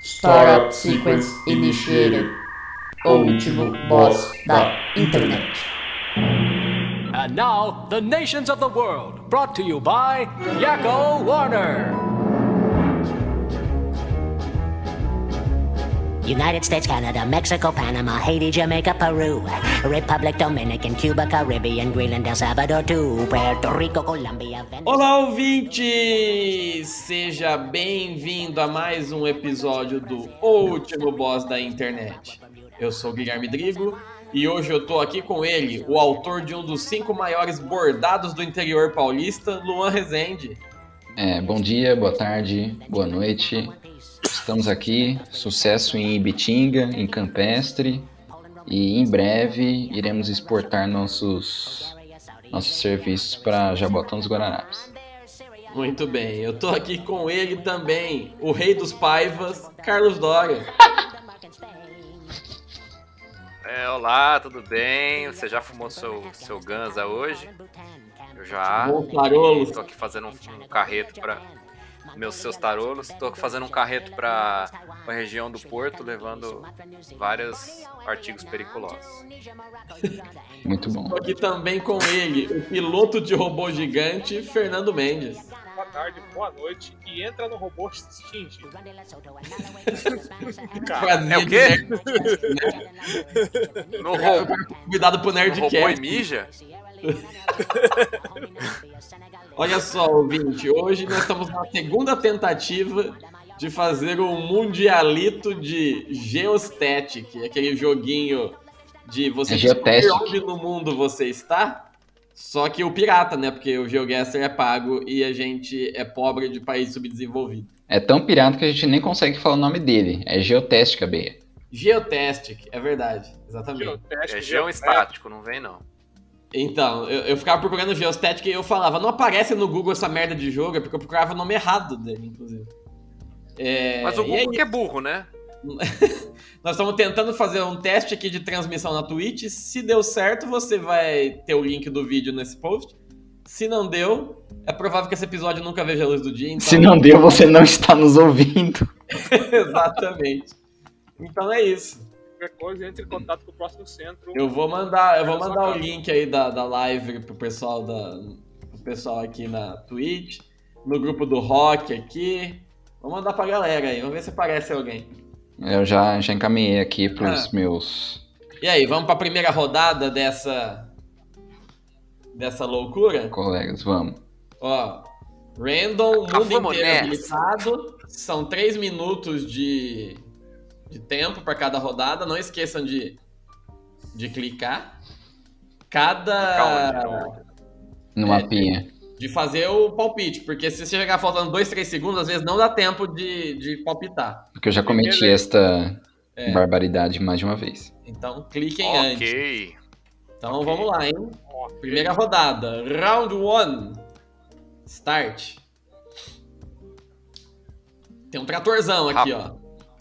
Startup Sequence Initiated, o último boss da internet. And now, The Nations of the World, brought to you by Yakko Warner. United States, Canada, Mexico, Panama, Haiti, Jamaica, Peru, Republic Dominican, Cuba, Caribbean, Greenland, El Salvador, too, Puerto Rico, Colombia, Venezuela. Olá, ouvinte! Seja bem-vindo a mais um episódio do Último Boss da Internet. Eu sou o Guilherme Drigo e hoje eu tô aqui com ele, o autor de um dos cinco maiores bordados do interior paulista, Luan Rezende. É, bom dia, boa tarde, boa noite. Estamos aqui, sucesso em Ibitinga, em Campestre, e em breve iremos exportar nossos, nossos serviços para Jabotão dos Guararapes. Muito bem, eu tô aqui com ele também, o rei dos paivas, Carlos Doria. É, olá, tudo bem? Você já fumou seu, seu ganza hoje? Eu já. Bom tarolos. Tô aqui fazendo um, um carreto para meus seus tarolos. Tô aqui fazendo um carreto para a região do Porto, levando vários artigos periculosos. Muito bom. Tô aqui também com ele, o piloto de robô gigante, Fernando Mendes. boa tarde, boa noite e entra no robô Xing. É o quê? No robô, Cuidado pro no robô e Nerdcast. mija? Olha só, ouvinte, hoje nós estamos na segunda tentativa de fazer um mundialito de Geostatic, aquele joguinho de você É Geotastic. onde no mundo você está, só que o pirata, né? Porque o GeoGuessr é pago e a gente é pobre de país subdesenvolvido. É tão pirata que a gente nem consegue falar o nome dele. É Geoteste, cabeia. Geotastic, é verdade, exatamente. Geoteste, É geoestático. geoestático, não vem não. Então, eu, eu ficava procurando Geostatic e eu falava, não aparece no Google essa merda de jogo, é porque eu procurava o nome errado dele, inclusive. É, Mas o e aí- Google que é burro, né? Nós estamos tentando fazer um teste aqui de transmissão na Twitch. Se deu certo, você vai ter o link do vídeo nesse post. Se não deu, é provável que esse episódio nunca veja a luz do dia. Então... Se não deu, você não está nos ouvindo. Exatamente. Então é isso. Qualquer coisa, entre em contato com o próximo centro. Eu vou mandar, eu vou mandar o link aí da, da live pro pessoal da pro pessoal aqui na Twitch, no grupo do Rock aqui. Vou mandar pra galera aí, vamos ver se aparece alguém. Eu já, já encaminhei aqui para os Ah. meus. E aí, vamos pra primeira rodada dessa dessa loucura? Colegas, vamos. Ó, random, Ah, mundo vamos inteiro nessa. habilitado. São três minutos de, de tempo para cada rodada. Não esqueçam de, de clicar. Clicar onde, Cada. No É, mapinha. De fazer o palpite, porque se você chegar faltando dois, três segundos, às vezes não dá tempo de, de palpitar. Porque eu já cometi Beleza. esta É. barbaridade mais de uma vez. Então cliquem antes. Ok. Então ok. vamos lá, hein? Ó, Primeira rodada. Round 1. Start. Tem um tratorzão aqui, ó.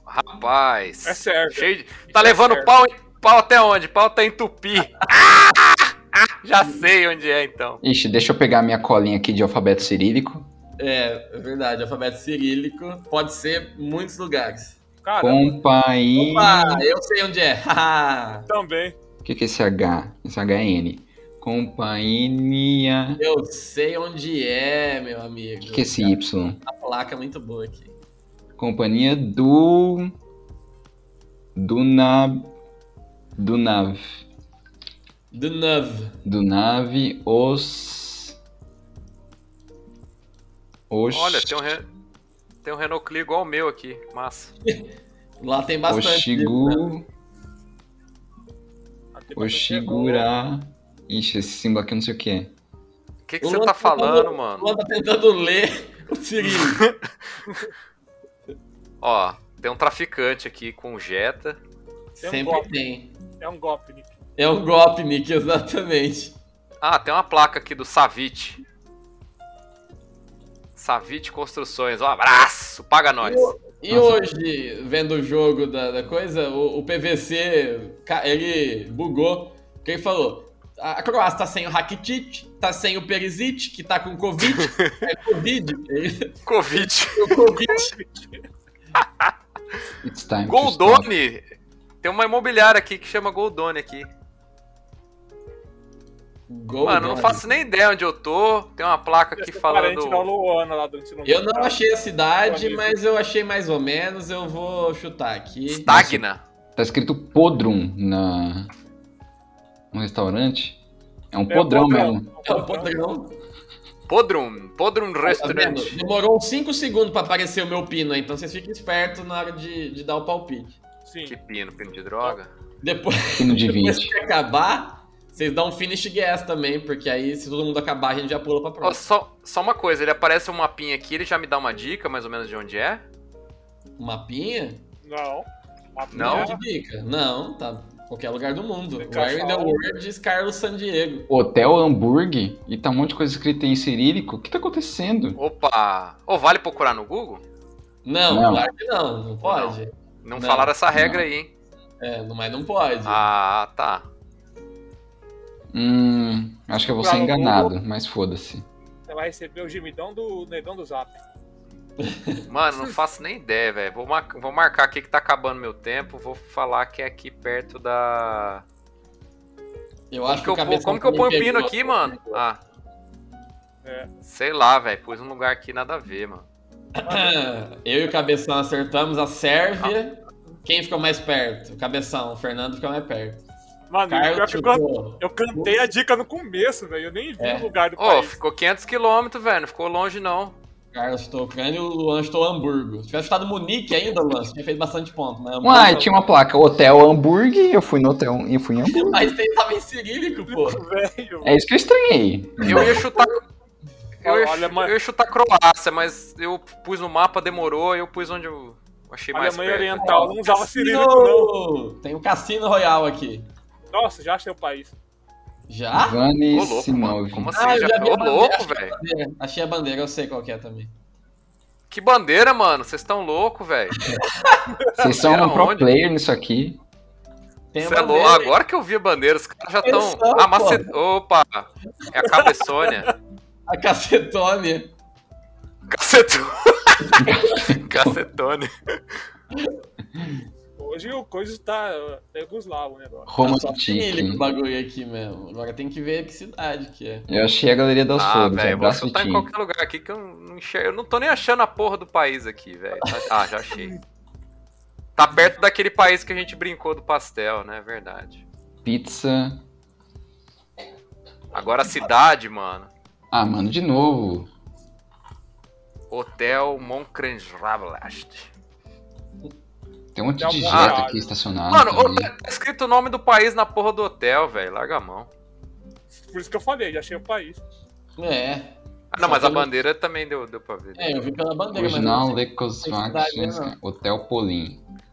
Rapaz. É certo. Cheio de... Tá É levando certo. pau, em- pau até onde? Pau até em Tupi. Ah! Ah! Já sei onde é então. Ixi, deixa eu pegar minha colinha aqui de alfabeto cirílico. É, é verdade, alfabeto cirílico pode ser muitos lugares. Cara, Companhia. Opa, eu sei onde é. haha. também. O que, que é esse H? Esse H é N. Companhia. eu sei onde é, meu amigo. O que, que é esse Y? A placa é muito boa aqui. Companhia do. Do nav. Do nav. Do Nove. Do nave. Os. Os. Olha, tem um, re... tem um Renault Clio igual o meu aqui. Massa. Lá tem bastante. disso, né? Oshigu. Aqui um pra você, Oshigura. Ixi, esse símbolo aqui eu não sei o que é. O que, que O você Luan tá tá falando, falando- mano? Lá tá tentando ler o cirílico. Ó, tem um traficante aqui com Jetta. Tem um Sempre golpe. tem. É um golpe, Nick. É um golpe, Nick, exatamente. Ah, tem uma placa aqui do Savit. Savit Construções. Um abraço, paga nós. E Nossa. hoje, vendo o jogo da, da coisa, o, o PVC, ca- ele bugou. Porque ele falou, a a Croácia tá sem o Rakitic, tá sem o Perisic, que tá com Covid. é Covid. Ele- Covid. o Covid. It's time to stop. Goldone! Tem uma imobiliária aqui que chama Goldone aqui. Gol, Mano, não Doni. faço nem ideia onde eu tô. Tem uma placa aqui Esse um parente é da falando. Luana lá do ensino Eu médio. não achei a cidade, Olha. mas eu achei mais ou menos. Eu vou chutar aqui. Stagna. Tá escrito podrum na... no restaurante. É um É podrão podrão. mesmo. É o podrão. Podrum. Podrum Tá vendo? Restaurante. Demorou 5 segundos pra aparecer o meu pino aí, então vocês fiquem espertos na hora de, de dar o palpite. Sim. Que pino, pino de droga. Depois, Pino de depois 20. que acabar, vocês dão um finish guess também, porque aí se todo mundo acabar, a gente já pula pra Ó, próxima. só, só uma coisa, ele aparece um mapinha aqui, ele já me dá uma dica mais ou menos de onde é. Um Mapinha? Não. Uma Não? mulher. De dica. Não, tá. Qualquer lugar do mundo. Fica Where in the só. world diz Carlos San Diego. Hotel Hamburg e tá um monte de coisa escrita em cirílico. O que tá acontecendo? Opa! Ô, vale procurar no Google? Não, Não. claro que não, não pode. Não, Não, falaram essa regra aí, hein? É, não- mas não pode. Ah, tá. Hum, acho que eu vou ser enganado, mas foda-se. Você vai receber o gemidão do negão do zap. Mano, não faço nem ideia, velho. Vou, mar- vou marcar aqui que tá acabando meu tempo. Vou falar que é aqui perto da. Eu acho Que eu o pô- cabeção é como que eu ponho também pino pegou. aqui, mano? Ah. É. Sei lá, velho. Pus um lugar aqui nada a ver, mano. Eu e o Cabeção acertamos a Sérvia. Ah. Quem ficou mais perto? O Cabeção, o Fernando ficou mais perto. Mano, e o pior Carlos que eu, can- chutou. eu cantei a dica no começo, velho. Eu nem vi tipo, É. o lugar do Ô, país. ficou 500km, velho. Não ficou longe, não. Carlos chutou Ucrânia e o Luan chutou Hamburgo. Se tivesse chutado Munique ainda, Luan, você tinha feito bastante ponto. né? Mas, Hamburgo- Uai, tinha uma placa Hotel Hamburg eu fui no hotel e fui em Hamburg. mas você tava em cirílico, pô. Velho. É isso que eu estranhei. Eu ia chutar. Eu ia, Olha, mano. eu ia chutar Croácia, mas eu pus no mapa, demorou. Eu pus onde eu achei A mais Alemanha perto. Oriental não usava cirílico, não. Cassino! Tem o Cassino Royal aqui. Nossa, já achei o país. Hum. Já? Vani Ô, louco, mano. Simov. Como assim? Ah, eu já... já vi a Ô, bandeira, louco, achei a velho. bandeira. Achei a bandeira, eu sei qual que é também. Que bandeira, mano. Vocês estão louco, velho. Vocês são assim? Era um pro onde? player nisso aqui. Tem a Você é bandeira. louco. Agora que eu vi a bandeira, os caras já Eles estão. são, Ah, Maced... Opa! É a cabeçônia. A cacetone. Cacetone. Cacetone. Hoje o coisa tá é Yugoslavo, né? Agora. Roma Tá só do Tique. cirílico o bagulho aqui mesmo. Agora tem que ver que cidade que é. Eu achei a galeria das Ah, flores. velho, vou Abraço, chutar em Vitinho. qualquer lugar aqui que eu não enxergo. Eu não tô nem achando a porra do país aqui, velho. Tá- Ah, já achei. Tá perto daquele país que a gente brincou do pastel, né? É verdade. Pizza. Agora a cidade, mano. Ah, mano, de novo. Hotel Moncranjablast. Tem um monte Dá um de jet caralho. aqui estacionado. Mano, ô, também. tá tá escrito o nome do país na porra do hotel, velho. Larga a mão. Por isso que eu falei, já achei o país. É. Ah, Só não, mas a pelo- bandeira também deu, deu pra ver. né? É, eu vi pela bandeira, mas Original não Lecosvax. Cidade, né, Hotel Polim.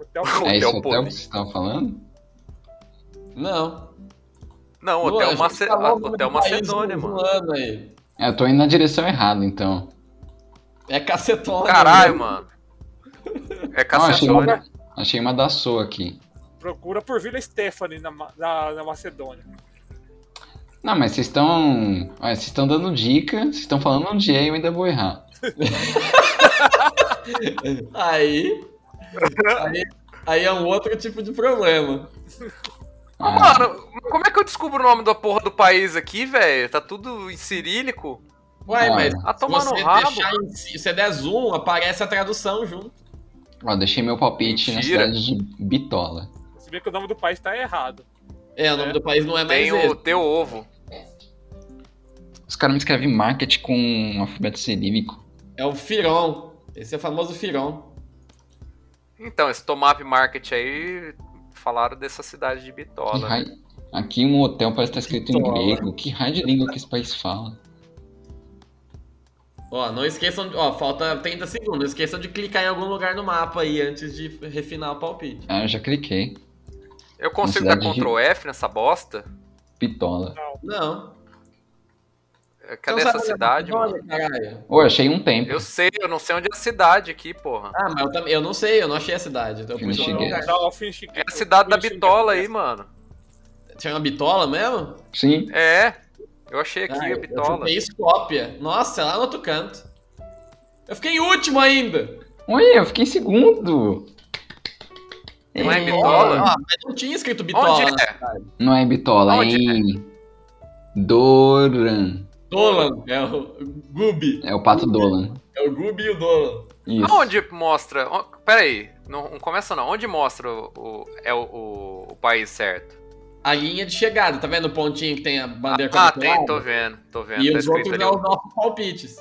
Hotel É esse Hotel hotel Polim. que vocês estavam falando? né? Não. Não, Luan, a Hotel, gente Mace... falou o nome hotel do tá país Macedônia, do- do mano. ano aí. É, eu tô indo na direção errada, então. É cacetone. Caralho, mano. É Ah, achei, uma, Cacetônia. achei uma da Soa aqui. Procura por Vila Stephanie na, Ma- na, na Macedônia. Não, mas vocês estão. olha, Vocês estão dando dica, vocês estão falando onde é e eu ainda vou errar. Aí, aí. Aí é um outro tipo de problema. Ô, Ah, Mano, como é que eu descubro o nome da porra do país aqui, velho? Tá tudo em cirílico. Uai, Ah, mas. Ah, tomar no você rabo. deixar em si- você der zoom, aparece a tradução junto. ó, deixei meu palpite Mentira. na cidade de Bitola. Você vê que o nome do país tá errado. É, o nome É. do país não é mais Tem o esse. teu ovo. Os caras me escrevem market com um alfabeto cirílico. É o Firon. Esse é o famoso Firon. Então, esse Tomap Market aí, falaram dessa cidade de Que Bitola. né? raio- Aqui um hotel parece que tá escrito em Bitola. grego. Que raio de língua que esse país fala? Ó, não esqueçam. de- Ó, falta 30 segundos. Não esqueçam de clicar em algum lugar no mapa aí antes de refinar o palpite. Ah, eu já cliquei. Eu consigo Uma dar cidade de- Ctrl F nessa bosta? Bitola. Não. Então, Cadê É, essa sabe- cidade, mano? Olha, caralho. Ô, eu achei um tempo. Eu sei, eu não sei onde é a cidade aqui, porra. Ah, mas eu, também, eu não sei, eu não achei a cidade. Então eu pus Finish em Então, algum guess. lugar. dá o finish- É a cidade da finish Bitola aí, guess. mano. Tinha uma bitola mesmo? Sim. É, eu achei aqui Ah, a Bitola. Eu chutei Escópia. Nossa, é lá no outro canto. Eu fiquei em último ainda. Olha, eu fiquei em segundo. Não é É. bitola? Ah, mas não tinha escrito bitola. Onde na é? cidade. Não é bitola, é Onde em Doran. Dolan. É o Gubi. É o pato Dolan. É o Gubi e o Dolan. Isso. Onde mostra. o- Peraí, não, não começa não. Onde mostra o, o- é o, o- o país certo? A linha de chegada, tá vendo o pontinho que tem a é bandeira Ah, quadriculada? tem, tô vendo, tô vendo. E tá os escrito outros ali, é os nossos palpites.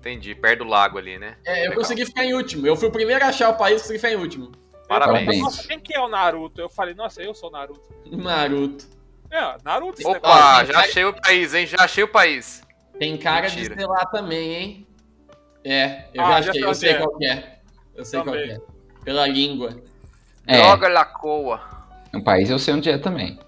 Entendi, perto do lago ali, né? É, eu Legal. consegui ficar em último. Eu fui o primeiro a achar o país, consegui ficar em último. Parabéns. Parabéns. Nossa, quem que é o Naruto? Eu falei, nossa, eu sou o Naruto. Naruto. É, Naruto esse negócio. Opa, já achei o país, hein? Já achei o país. Tem cara Mentira. de ser lá também, hein? É, eu Ah, já já achei, sei eu onde sei é. qual que é. Eu sei Também. qual que é. Pela língua. É, Droga Lacoa. o país eu sei onde é também.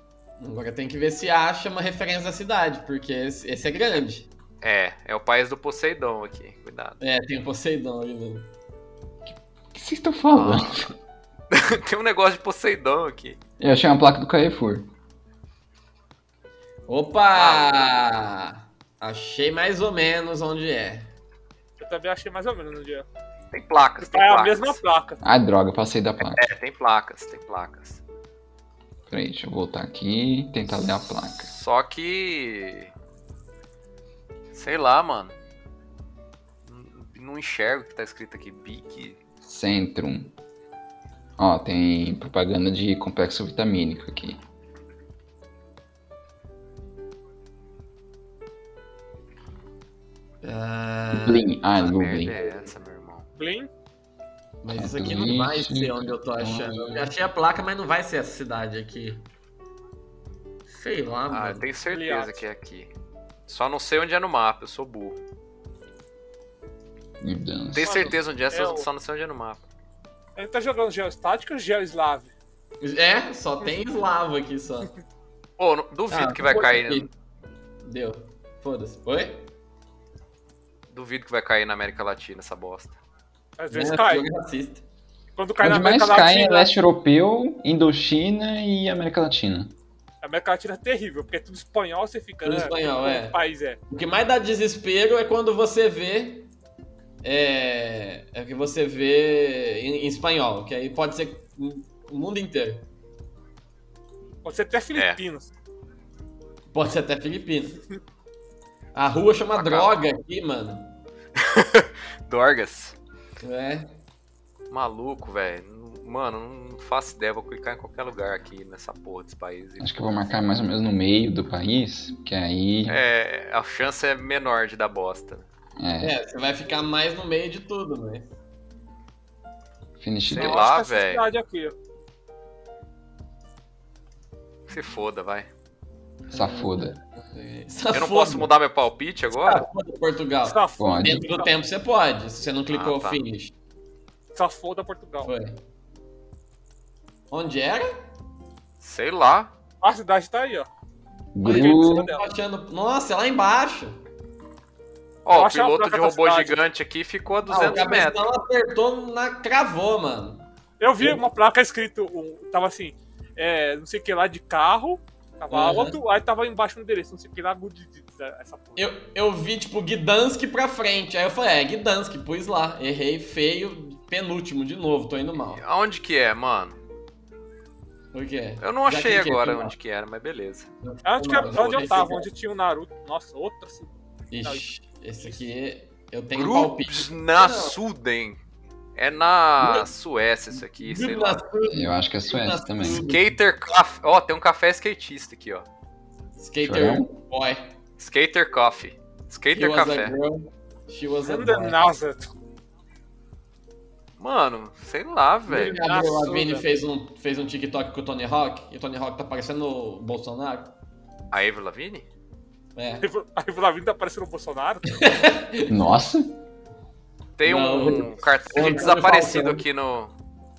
Agora tem que ver se acha uma referência da cidade, porque esse, esse é grande. É, é o país do Poseidon aqui, cuidado. É, tem o Poseidon ali mesmo. O que vocês estão falando? Ah. tem um negócio de Poseidon aqui. Eu achei uma placa do Carrefour. Opa! Achei mais ou menos onde é. Eu também achei mais ou menos no dia. Tem placas, tem É a placas. mesma placa. Ah, droga, passei da placa. É, tem placas, tem placas. Peraí, deixa eu voltar aqui e tentar ler a placa. Só que. Sei lá, mano. Não- Não enxergo o que tá escrito aqui. Bic. Centrum. Ó, tem propaganda de complexo vitamínico aqui. Ah, Blin. Ah, Que não merda Blin. é essa, meu irmão? Blim. mas isso aqui não vai Ixi. ser onde eu tô achando. Eu achei a placa, mas não vai ser essa cidade aqui. Sei lá, Ah, eu mano. tenho certeza Aliás. que é aqui. Só não sei onde é no mapa, eu sou burro. é. Mudança. Tenho certeza onde é, é só o- só não sei onde é no mapa. Ele tá jogando Geostática ou Geoslave? É, só tem eslavo aqui só. Pô, não- duvido Ah, que vai foda-se. cair. né? Deu. Foda-se. Oi? Duvido que vai cair na América Latina essa bosta. Às vezes Né, cai. jogo racista. Quando cai na Onde mais América cai é Latina, leste europeu, Indochina e América Latina. a América Latina é terrível, porque é tudo espanhol, você fica... Tudo né, espanhol, como é. o país é. O que mais dá desespero é quando você vê. É, é o que você vê em, em espanhol, que aí pode ser o mundo inteiro. Pode É. ser até Filipinos. Pode ser até filipino. A rua chama Pra cá. droga aqui, mano. Dorgas. É. Maluco, velho. Mano, não faço ideia. Vou clicar em qualquer lugar aqui nessa porra desse país. Acho que eu vou marcar mais ou menos no meio do país, porque aí. É, a chance é menor de dar bosta. É, É, você vai ficar mais no meio de tudo, né? finish Sei day. Eu lá. acho que essa velho. cidade aqui. Se foda, vai. Safoda. Tá Eu não posso mudar meu palpite agora? Safoda, Portugal. Só Pode. Dentro do tempo você pode, se você não clicou Ah, tá. finish. Só foda Portugal. Foi. Onde era? Sei lá. A cidade tá aí, ó. Gru. Tô achando- Nossa, é lá embaixo. Ó, Eu o acho que é uma piloto de placa robô da cidade. gigante aqui ficou a Ah, o 200 metros. cabeção acertou, na... cravou, mano. Eu vi uma placa escrito, um, tava assim, é, não sei o que lá de carro, tava Aham. alto, aí tava embaixo no endereço, não sei o que lá, good, né, essa porra. Eu, eu vi, tipo, Gdansk pra frente. Aí eu falei, é, Gdansk, pus lá. Errei feio, penúltimo de novo, tô indo mal. Aonde que é, mano? Por quê? Eu não Já achei cliquei agora aqui, ó. onde que era, mas beleza. É onde, que, Não, não, onde eu esse tava, aqui- onde tinha o Naruto. Nossa, outra assim. Ixi, esse aqui eu tenho um palpite. Grupos Não. na Sudem. É na Gru- Suécia isso aqui, sei lá. Gdansk, Eu acho que é Suécia também. Skater Coffee. Ó, tem um café skatista aqui, ó. Skater Chorão? boy. Skater Coffee. She Skater was a Café. girl. She was a And the boy. Nazareth. Mano, sei lá, velho. Gabriel Assuda. Lavigne fez um, fez um TikTok com o Tony Hawk, e o Tony Hawk tá parecendo o Bolsonaro. A Avril Lavigne? É. Aí o Davi tá parecendo o Bolsonaro. Nossa! Tem Não. um cartaz Olha, desaparecido faltando. aqui no,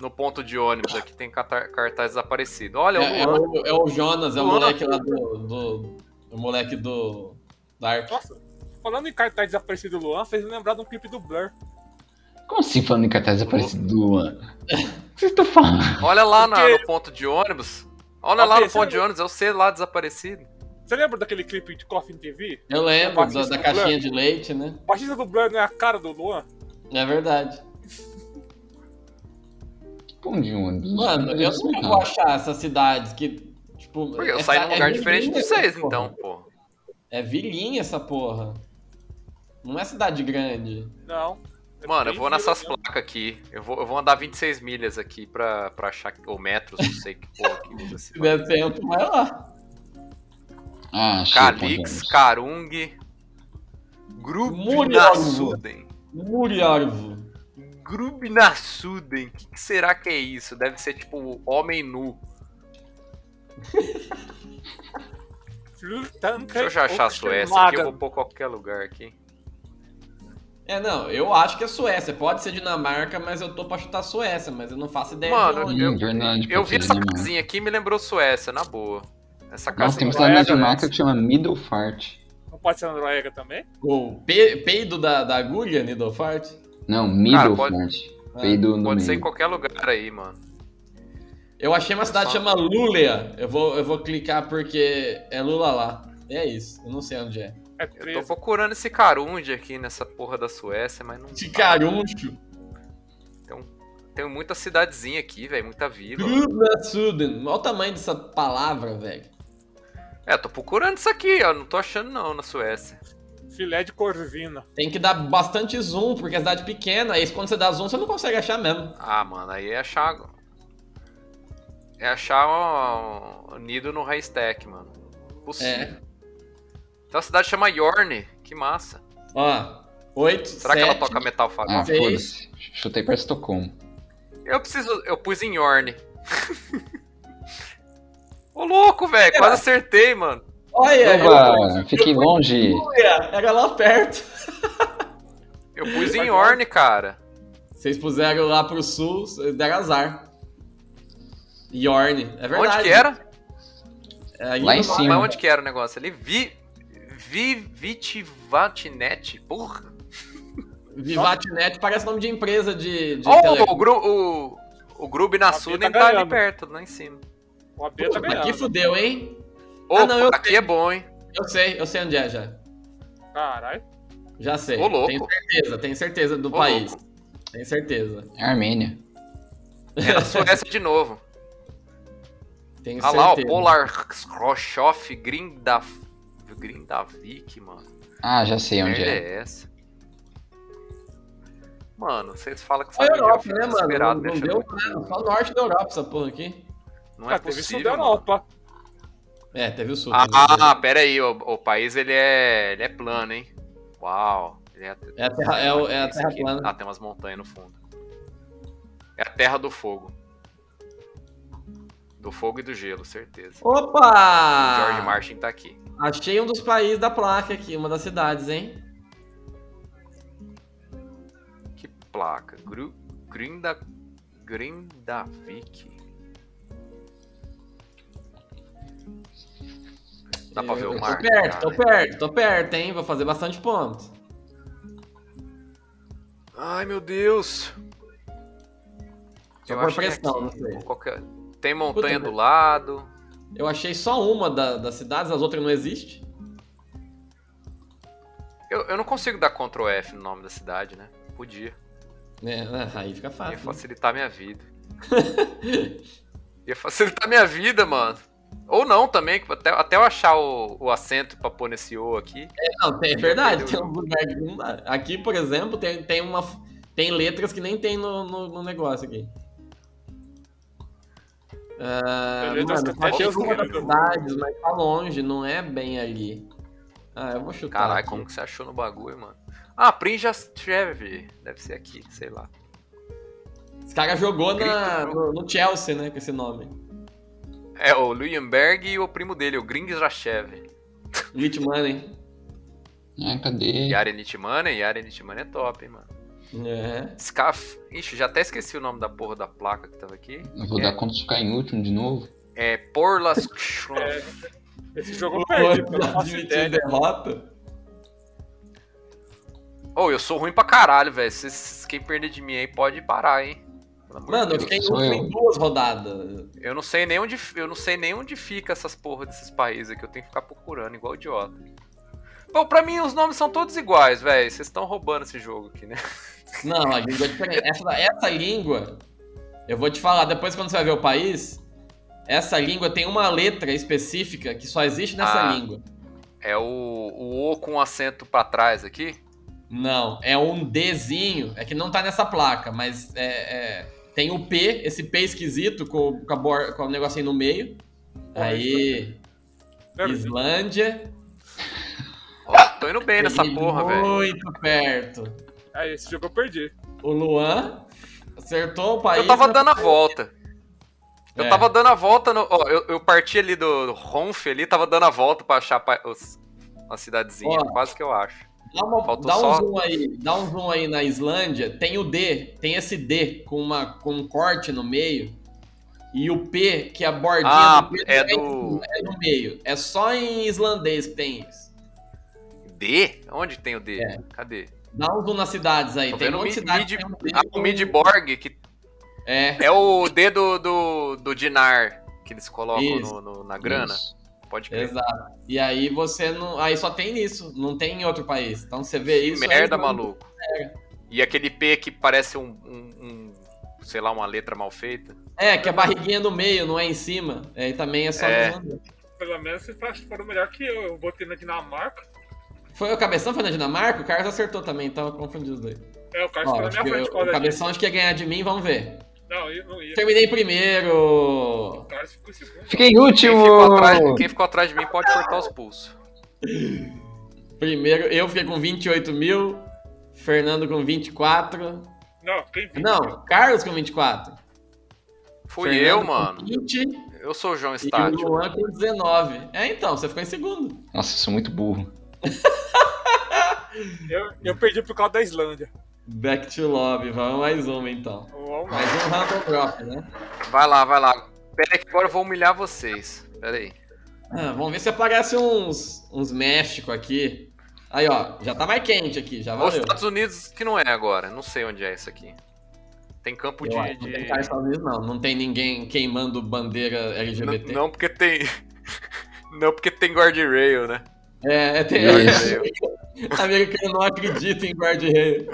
no ponto de ônibus. Aqui tem catar- cartaz desaparecido. Olha, É, é o Luan. o, é o Jonas, é o Luan. moleque lá do. do o moleque do. Dark. Nossa, falando em cartaz desaparecido do Luan, fez me lembrar de um clipe do Blur. Como assim falando em cartaz aparecido do Luan? O que vocês estão falando? olha lá na- Porque- no ponto de ônibus. Olha lá no Ok, ponto você- de ônibus, é o C lá desaparecido. Você lembra daquele clipe de Coffin TV? Eu lembro O da, Batista da do caixinha de leite, né? O baixista do Blur não é a cara do Luan? É verdade. Pão de um ônibus. Mano, eu nunca vou achar essas cidades que. Tipo, Porque eu é saí ca- num lugar é diferente de vilinha vocês, essa porra. então, pô. É vilinha essa porra. Não é cidade grande. Não. É Mano, eu bem vou nessas violento. placas aqui. Eu vou, eu vou andar 26 milhas aqui pra, pra achar. que- Ou metros, não sei que porra que usa Se esse. nome. der tempo, vai lá. Ah, achei o pão de Calix, ônibus. Karung. Grubnassuden. Murialvo. Muriarvo. Grubnassuden. O que, que será que é isso? Deve ser tipo homem nu. Flutanka Deixa eu já achar a Suécia aqui. Eu vou pôr qualquer lugar aqui. É, não, eu acho que é Suécia. Pode ser Dinamarca, mas eu tô pra chutar Suécia, mas eu não faço ideia Mano, de onde. Hum, verdade, Eu pode vi ser essa assim, Dinamarca. casinha aqui e me lembrou Suécia, na boa. Essa Nossa, casinha tem uma cidade na Suécia, né? Dinamarca que chama Middelfart. Não pode ser na Noruega também? O pe- peido da, da agulha, Nidofart? Não, Cara, pode- Middelfart. Peido no Pode ser em meio. qualquer lugar aí, mano. Eu achei uma cidade que chama Lulea. Eu vou, eu vou clicar porque é Lula lá. É isso, eu não sei onde é. É Eu tô preso. procurando esse Karund aqui nessa porra da Suécia, mas não. De Caruncho, Tem muita cidadezinha aqui, velho. Muita vila. Hum. Suden. Olha o tamanho dessa palavra, velho. É, tô procurando isso aqui, ó. Não tô achando não na Suécia. Filé de corvina. Tem que dar bastante zoom, porque é cidade pequena. Aí quando você dá zoom, você não consegue achar mesmo. Ah, mano, aí é achar. É achar um, um nido no Haystack, mano. Possível. É. Então a cidade chama Yorn. Que massa. Ó, 8, Será que ela toca metal fácil? Ah, Sei. foda-se. Chutei pra Estocolmo. Eu preciso. Eu pus em Yorn. Ô louco, velho. Quase acertei, mano. É, Olha, Opa, fiquei Então longe. Lulea, era lá perto. Eu pus em Yorn, cara. Vocês puseram lá pro sul, vocês deram azar. Yorn, é verdade. Onde que era? É aí Lá em no- cima. Mas onde que era o negócio ali? Vi. Vi. Vitivatinete. Porra. Vivatinet parece nome de empresa de, de Ó, tele- o, gru, o, o Grub na Sul nem tá tá ali ganhando. perto, lá em cima. O AB tá Aqui ganhando. fudeu, hein? Opa, não, eu aqui é bom, hein? Eu sei, eu sei onde é já. Caralho. é Já sei. Ô, louco. Tenho certeza, tenho certeza do Ô, país. Tenho certeza. É Armênia. É na Suécia de novo. Tenho Olha Ah lá, ó, certeza. Polar Khrushchev Grindaf... Grindavik, mano. Ah, já sei Que onde merda é. é essa? Mano, vocês falam que é Só a Europa, né, desesperado, mano? Não, não deixa deu eu- nada. Só o norte da Europa, essa porra aqui. Não é Ah, teve isso da possível, mano. Europa. É, teve o sul. teve o Ah, pera aí, o, o país ele é, ele é plano, hein? Uau. Ele é, sul. É a terra, é o- é a Isso terra aqui. plana. Ah, tem umas montanhas no fundo. É a terra do fogo. Do fogo e do gelo, certeza. Opa! George Martin tá aqui. Achei um dos países da placa aqui, uma das cidades, hein? Que placa. Gru... Grinda... Grindavik. Dá pra ver Eu- o eu mar? Tô perto, cara? né? tô perto, tô perto, hein? Vou fazer bastante ponto. Ai, meu Deus. Só Eu por acho que é pressão, aqui. não sei. Qualquer- Tem montanha Puta, do lado. Eu achei só uma da- das cidades, as outras não existem. Eu, eu não consigo dar Ctrl F no nome da cidade, né? Podia. É, aí fica Ia fácil. né? facilitar minha vida. Ia facilitar minha vida, mano. Ou não também, que até, até eu achar o, o acento pra pôr nesse O aqui. Não, tem, é verdade. Entendeu? Tem um lugar que não dá. Aqui, por exemplo, tem, tem uma. Tem letras que nem tem no, no, no negócio aqui. Ah, Tem letras mano, que só até tem Deus uma não das lembra. cidades, mas tá longe, não é bem ali. Ah, eu vou chutar. Caralho, aqui. como que você achou no bagulho, mano? Ah, Prinjastrev. Deve ser aqui, sei lá. Esse cara jogou na, Grito, no, no Chelsea, né? Com esse nome. É, o Luyenberg e o primo dele, o Gringrachev. Litmanen. Ah, cadê? Yaren Nitmanen, Yaren Nitmanen é top, hein, mano. É. Scaf... Ixi, já até esqueci o nome da porra da placa que tava aqui. Eu vou dar conta de ficar em último de novo. É Porlaskshov. Esse jogo eu Pô, perdi, eu não faço admitir ideia. derrota. Ô, eu sou ruim pra caralho, velho. Cês- cês- Quem perder de mim aí pode parar, hein? Pelo amor de Mano, eu Deus. fiquei em Sou último eu. em duas rodadas. eu não sei nem onde eu não sei nem onde fica essas porra desses países aqui. Eu tenho que ficar procurando igual idiota. Bom, pra mim os nomes são todos iguais, velho. Vocês estão roubando esse jogo aqui, né? Não, a língua é diferente. Essa, essa língua Eu vou te falar, depois quando você vai ver o país, essa língua tem uma letra específica que só existe nessa Ah. língua. É o, o O com acento pra trás aqui? Não, é um Dzinho. É que não tá nessa placa, mas é, é- tem o P, esse P esquisito com, com, a bor- com o negocinho no meio. Aí, Islândia. Ó, tô indo bem nessa Cheguei porra, velho. Muito perto. Aí, é, esse jogo eu perdi. O Luan acertou o país. Eu tava né? dando a volta. Eu É. tava dando a volta no. Ó, eu, eu parti ali do, do Ronf ali, tava dando a volta pra achar pa- os- uma cidadezinha, Ó. quase que eu acho. Dá, uma- Faltou dá um só- zoom aí, dá um zoom aí na Islândia, tem o D, tem esse D com, uma, com um corte no meio e o P, que é a bordinha Ah, do P é também do- é no meio. É só em islandês que tem isso. D? Onde tem o D? É. Cadê? Dá um zoom nas cidades aí, Tô tem vendo muitas mid, cidades mid, que tem um D ah, o com- Midborg, que É, é o D do, do, do Dinar que eles colocam Isso. É no- no- na grana. Isso. Pode crer. exato. E aí você não... Aí só tem nisso, não tem em outro país. Então você vê Que isso... aí, É. merda, não- maluco. E aquele P que parece um, um- um- sei lá, uma letra mal feita. É, que a barriguinha no meio, não é em cima. É, também é só É. no islandês. Pelo menos vocês faz- foram melhor que eu. Eu botei na Dinamarca. Foi o Cabeção, foi na Dinamarca? O Carlos acertou também, então eu confundi os dois. É, o cara Ó, ficou na acho minha que frente eu- por o causa disso. cabeção acho que ia ganhar de mim, vamos ver. Não, eu não ia. Terminei primeiro! O cara ficou em segundo. Fiquei em Quem ficou, atrás, último! quem ficou atrás de mim pode cortar os pulsos. Primeiro, eu fiquei com 28 mil, Fernando com 24. Não, quem viu? Não, Carlos com 24. Fui Fernando eu, com mano. 20 Eu sou o João e o Estádio. Luan com 19. É então, você ficou em segundo. Nossa, sou muito burro. Eu, eu perdi por causa da Islândia. Back to lobby, vamos mais uma então. Vamos lá. Mais um random drop, né? Vai lá, vai lá. Pera aí que agora eu vou humilhar vocês. Pera aí. Ah, vamos ver se aparece uns, uns México aqui. Aí, ó, já tá mais quente aqui, já Os valeu. Estados Unidos que não é agora. Não sei onde é isso aqui. Tem campo Eu acho de... que não de- tem cara nos Estados Unidos, não. Não tem ninguém queimando bandeira N- LGBT. Não porque tem... Não porque tem guardrail, né? É, é, tem... Isso. Americano não acredita em guarda-rei.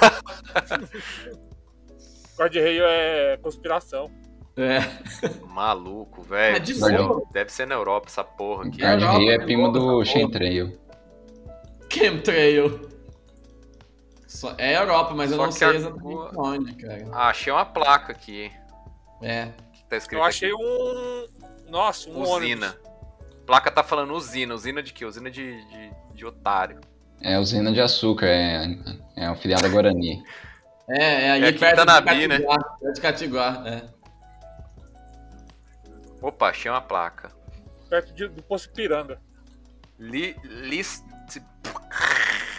Ah. Guarda-reio é conspiração. É. Maluco, velho. Ah, de novo? Deve ser na Europa essa porra aqui. Card Europa, Rio é né? primo do tá Europa. Shentrail. Chemtrail. Só- É Europa, mas Só eu não que sei a- exatamente onde, cara. Ah, achei uma placa aqui, hein? É. Que tá escrito Eu achei aqui. um. Nossa, um ônibus. Usina. Placa tá falando usina. Usina de quê? Usina de, de, de otário. É usina de açúcar, é, é um filiado da Guarani. É, é aí É aqui em perto Tanabi, de né? Catiguá. Perto de Catiguá, é. Opa, achei uma placa. perto de- do Poço Piranga. Li, list...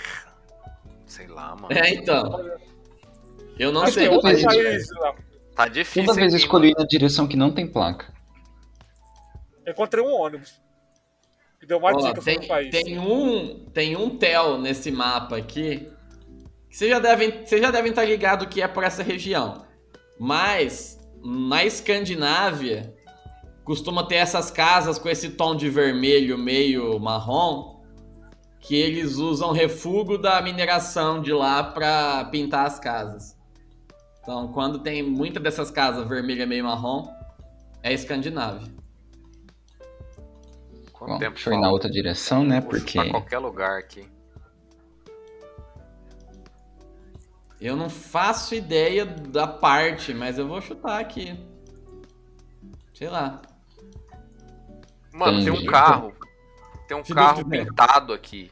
Sei lá, mano. É, então. Eu não Mas sei. é. tem outro mas- é um país lá. Tá difícil. Toda vez eu hein, escolhi na direção que não tem placa. Eu Encontrei um ônibus. Me deu uma Ó, dica sobre o tem, país. tem um, tem um tel nesse mapa aqui. Que vocês já devem, vocês já devem estar ligados que é por essa região. Mas na Escandinávia costuma ter essas casas com esse tom de vermelho meio marrom que eles usam refúgio da mineração de lá para pintar as casas. Então, quando tem muita dessas casas vermelha meio marrom, é Escandinávia. mano? Quanto Bom, tempo deixa eu ir falta? na outra direção, né? Vou Porque chutar qualquer lugar aqui. Eu não faço ideia da parte, mas eu vou chutar aqui. Sei lá. Mano, tem um Entendi. carro. Tem um Se carro Deus quiser. pintado aqui.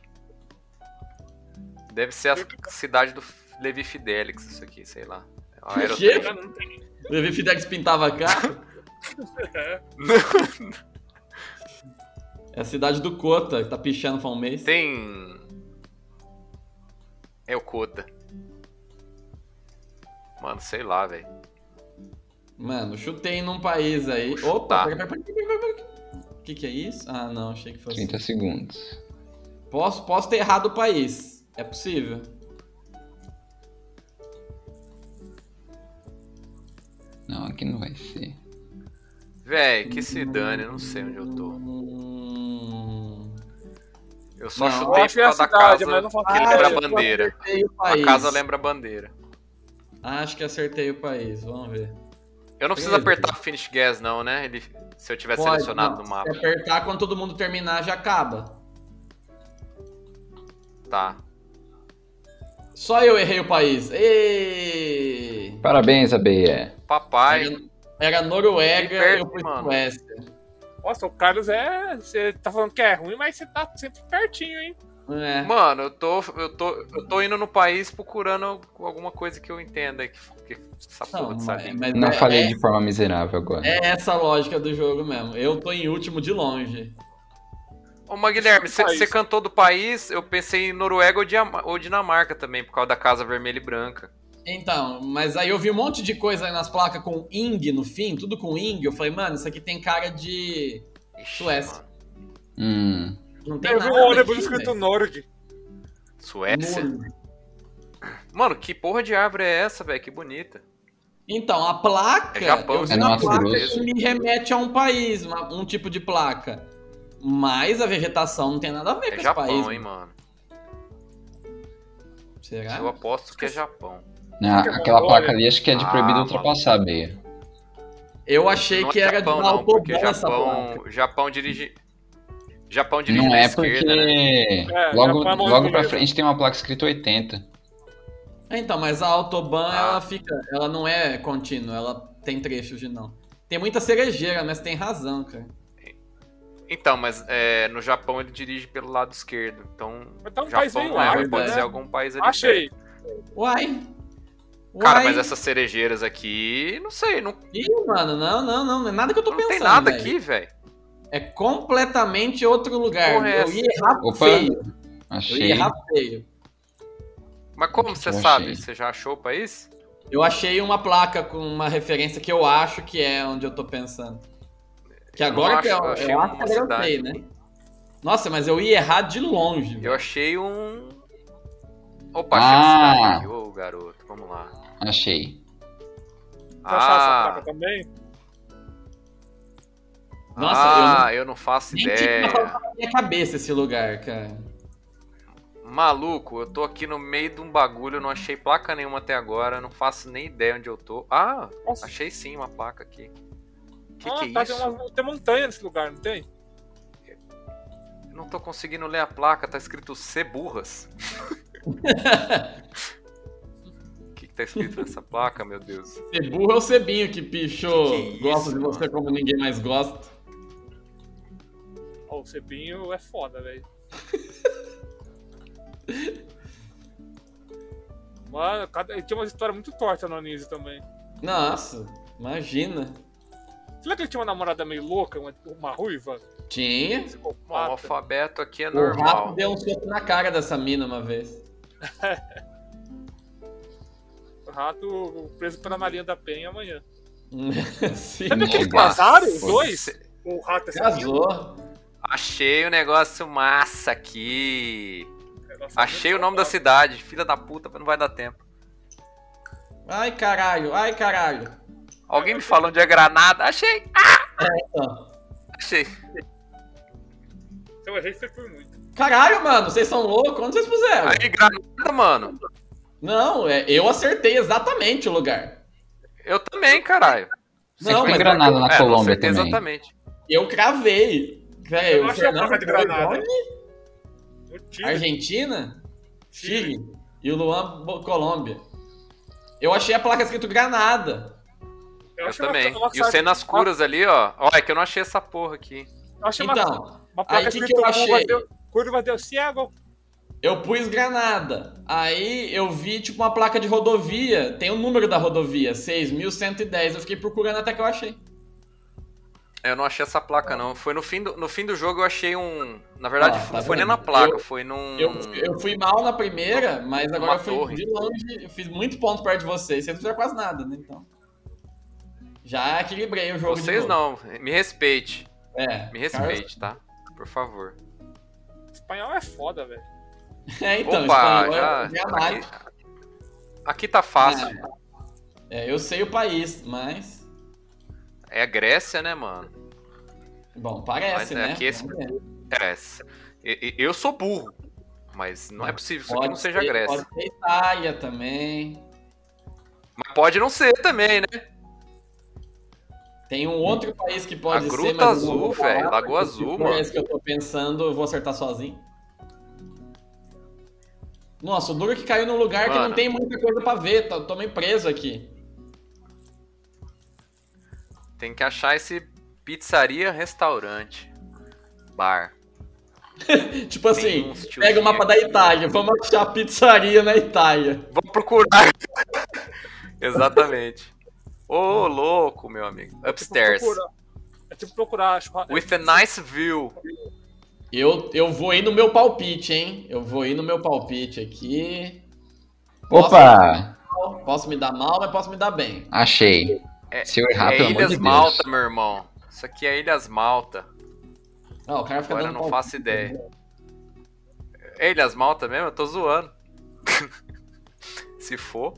Deve ser a cidade do Levi Fidelix, isso aqui, sei lá. É um O aerotransporte. quê? Levi Fidex pintava carro. É a cidade do Cota, que tá pichando faz um mês. Tem. É o Coda. Mano, sei lá, velho. Mano, chutei num país aí. Vou Opa! chutar. pera, pera, pera, pera, pera, pera. O que, que é isso? Ah, não, achei que fosse. 30 segundos. Posso, posso ter errado o país. É possível. Não, aqui não vai ser. Véi, É que se dane, eu não sei onde eu tô. Hum... Eu só Não, Eu chutei por achei a causa da cidade, casa mas não faço que Ah, eu lembra a tô bandeira. Acertei o A país. casa lembra a bandeira. Acho que acertei o país, vamos ver. Eu não preciso Beleza. apertar Finish Gas, não, né? Ele, se eu tiver Pode, selecionado não. no mapa. Se apertar, quando todo mundo terminar, já acaba. Tá. Só eu errei o país. Ê! Parabéns, ABE. Papai. Era Noruega, Ele perde, eu fui mano. Suécia. Nossa, o Carlos é. Você tá falando que é ruim, mas você tá sempre pertinho, hein? É. Mano, eu tô, eu, tô, eu tô indo no país procurando alguma coisa que eu entenda que, que Tá essa porra Não, de mas, saber. mas Não é, falei é, de forma miserável agora. é essa a lógica do jogo mesmo. Eu tô em último de longe. Ô, mas Guilherme, você, País. você cantou do país, eu pensei em Noruega ou, Diama- ou Dinamarca também, por causa da Casa Vermelha e Branca. Então, mas aí eu vi um monte de coisa aí nas placas com Ing no fim, tudo com Ing. Eu falei, mano, isso aqui tem cara de. Ixi, Suécia. mano. Hum, Não tem Eu vi nada. um ônibus aqui, escrito velho. Norg. Suécia? Muro. Mano, que porra de árvore é essa, velho? Que bonita. Então, a placa. É Japão, eu vi é no uma Mato placa Grosso. que me remete a um país, uma- um tipo de placa. Mas a vegetação não tem nada a ver com É esse Japão, país. né? hein, mano? Será? Tá? Eu aposto que é Japão. na- aquela placa ali acho que é de Ah, proibido mano. ultrapassar, ABE. Eu achei não que é era Japão, de não, porque autobahn essa placa. Japão, Japão dirige. Japão dirige Não na é porque esquerda, né? É, logo, já pra logo pra Montenegro. frente tem uma placa escrito 80. Então, mas a autobahn, Ah. ela fica. Ela não é contínua, ela tem trechos de não. Tem muita cerejeira, mas tem razão, cara. Então, mas é, no Japão ele dirige pelo lado esquerdo. Então, Mas tá um país Japão meio não é, mas árido, pode né? ser algum país ali. perto. Achei. Uai! Cara, Uai. mas essas cerejeiras aqui, não sei, não, Ih, mano, não, não, não. Não é nada que eu tô não pensando. tem nada velho. aqui, velho. É completamente outro lugar. Porra, é eu ia errar Opa, feio. Eu ia Achei. errar feio. Mas como você Eu achei. sabe? Você já achou o país? Eu achei uma placa com uma referência que eu acho que é onde eu tô pensando. Que agora não que eu, acho, eu achei eu acho que uma agora eu cidade. sei, né? Nossa, mas eu ia errar de longe. Eu velho. achei um. Opa, achei uma Ah. cidade aqui. Ô, garoto, vamos lá. Achei. Você achou essa Ah, placa também? Nossa, ah, eu não faço Nem tinha ideia. passado na minha cabeça esse lugar, cara. Maluco, eu tô aqui no meio de um bagulho, não achei placa nenhuma até agora, não faço nem ideia onde eu tô. Ah, Nossa. achei sim uma placa aqui. Que ah, que é tá, isso? Tem, uma, tem montanha nesse lugar, não tem? Não tô conseguindo ler a placa, tá escrito Ceburras. O que, que tá escrito nessa placa, meu Deus? Ser burro é o Cebinho que pichou. Que que é gosta isso, de você como ninguém mais gosta. Ó, o Cebinho é foda, velho. Mano, cada... tinha uma história muito torta no Anísio também. Nossa, imagina. Será que ele tinha uma namorada meio louca, uma, uma ruiva? Tinha. Bom, o Psicopata? alfabeto aqui é O rato normal. deu um soco na cara dessa mina uma vez. O rato preso pela Maria da Penha amanhã. Sim. Sabe aquele Opa. casaram, os Pô, dois? O rato é sabino, Casou. Achei o negócio massa aqui. o negócio é Achei o muito nome da saudável. cidade. Filha da puta, não vai dar tempo. Ai, caralho, ai, caralho. Alguém me falou onde é Granada? Achei! Então, Achei. Então eu errei foi por muito. Caralho, mano, vocês são loucos? Onde vocês puseram? Aí, Granada, mano. Não, é, eu acertei exatamente o lugar. Eu também, caralho. Você Não, foi em mas- Granada na É, não Colômbia acertei também. exatamente. Eu cravei. Peraí, Eu o não achei a Fernando placa de foi Granada. onde? O Chile, Argentina, Chile. Chile e o Luan, Bo- Colômbia. Eu achei a placa escrito Granada. Eu, achei uma- também. uma E o cidade- Cenas Curas ali, ó. Ó, é que eu não achei essa porra aqui. Eu achei uma- Então, Uma aí placa o que, escrito que eu achei? Curva del Ciego. Eu pus Granada. Aí eu vi, tipo, uma placa de rodovia. Tem o número da rodovia, 6.110. Eu fiquei procurando até que eu achei. Eu não achei essa placa, não. Foi no fim do, no fim do jogo eu achei um. Na verdade, Ah, tá não foi nem vendo? na placa, Eu- foi num. Eu, eu fui mal na primeira, mas agora Hum. Uma eu fui torre. de longe, eu fiz muito ponto perto de vocês. Vocês não fizeram quase nada, né? Então. Já equilibrei o jogo. de Vocês novo. não. Me respeite. É. Me respeite, tá? Por favor. Espanhol é foda, velho. É, então, Opa, espanhol já. é gramático. Aqui, aqui tá fácil. É, eu sei o país, mas. É a Grécia, né, mano? Bom, parece, Mas é né? que esse- Vamos ver. Grécia. É, E- e- Eu sou burro. Mas não é possível isso aqui Pode não seja ser- Grécia. Pode ser Itália também. Mas pode não ser também, né? Tem um outro país que pode A ser. Gruta mas eu não Azul, vou falar, velho, Lagoa porque Azul, se for mano. esse que eu tô pensando, eu vou acertar sozinho. Nossa, o duro que caiu num lugar que não Mano. tem muita coisa pra ver, tá, tô meio preso aqui. Tem que achar esse pizzaria, restaurante, bar. Tipo assim, Tem um uns tiozinho pega o mapa da aqui. Itália, vamos achar a pizzaria na Itália. Vou procurar. Exatamente. Ô, louco, meu amigo. Upstairs. procurar- É tipo procurar churra- With a nice view. Eu, eu vou ir no meu palpite, hein? Eu vou ir no meu palpite aqui. Opa! Posso me dar mal, mas posso me dar bem. Achei. É, Se eu errar, é Ah, pelo amor Ilhas de Deus. Malta, meu irmão. Isso aqui é Ilhas Malta. Ó, um o cara fica Agora dando eu palpite. não faço ideia. É Ilhas Malta mesmo? Eu tô zoando. Se for.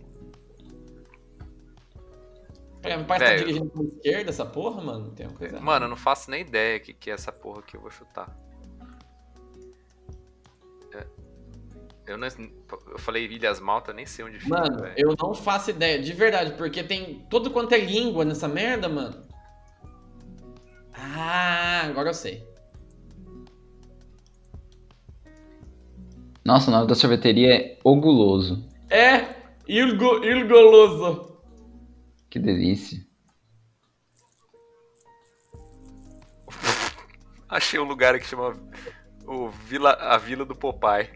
Pera, meu pai tá Velho. dirigindo pra esquerda essa porra, mano? Tem uma coisa errada. Mano, eu não faço nem ideia o que, que é essa porra que eu vou chutar. É. Eu, não, eu falei Ilhas Malta, nem sei onde fica. Mano, velho. eu não faço ideia, de verdade, porque tem todo quanto é língua nessa merda, mano. Ah, agora eu sei. Nossa, o nome da sorveteria é O Guloso. É Ilgo, Ilgoloso. Que delícia. Achei um lugar que chama o Vila, a Vila do Popeye.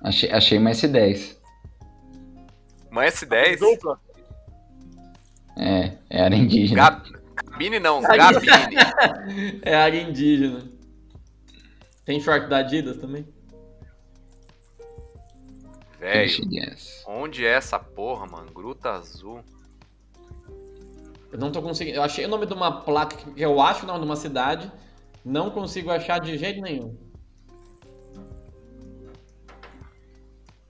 Achei, achei uma S10. Uma S10? Dupla. É, é área indígena. Gab... Cabine não, Gabine. É área indígena. Tem short da Adidas também? Velho, Yes. onde é essa porra, mano? Gruta Azul. Eu não tô conseguindo. Eu achei o nome de uma placa que eu acho o nome de uma cidade. Não consigo achar de jeito nenhum.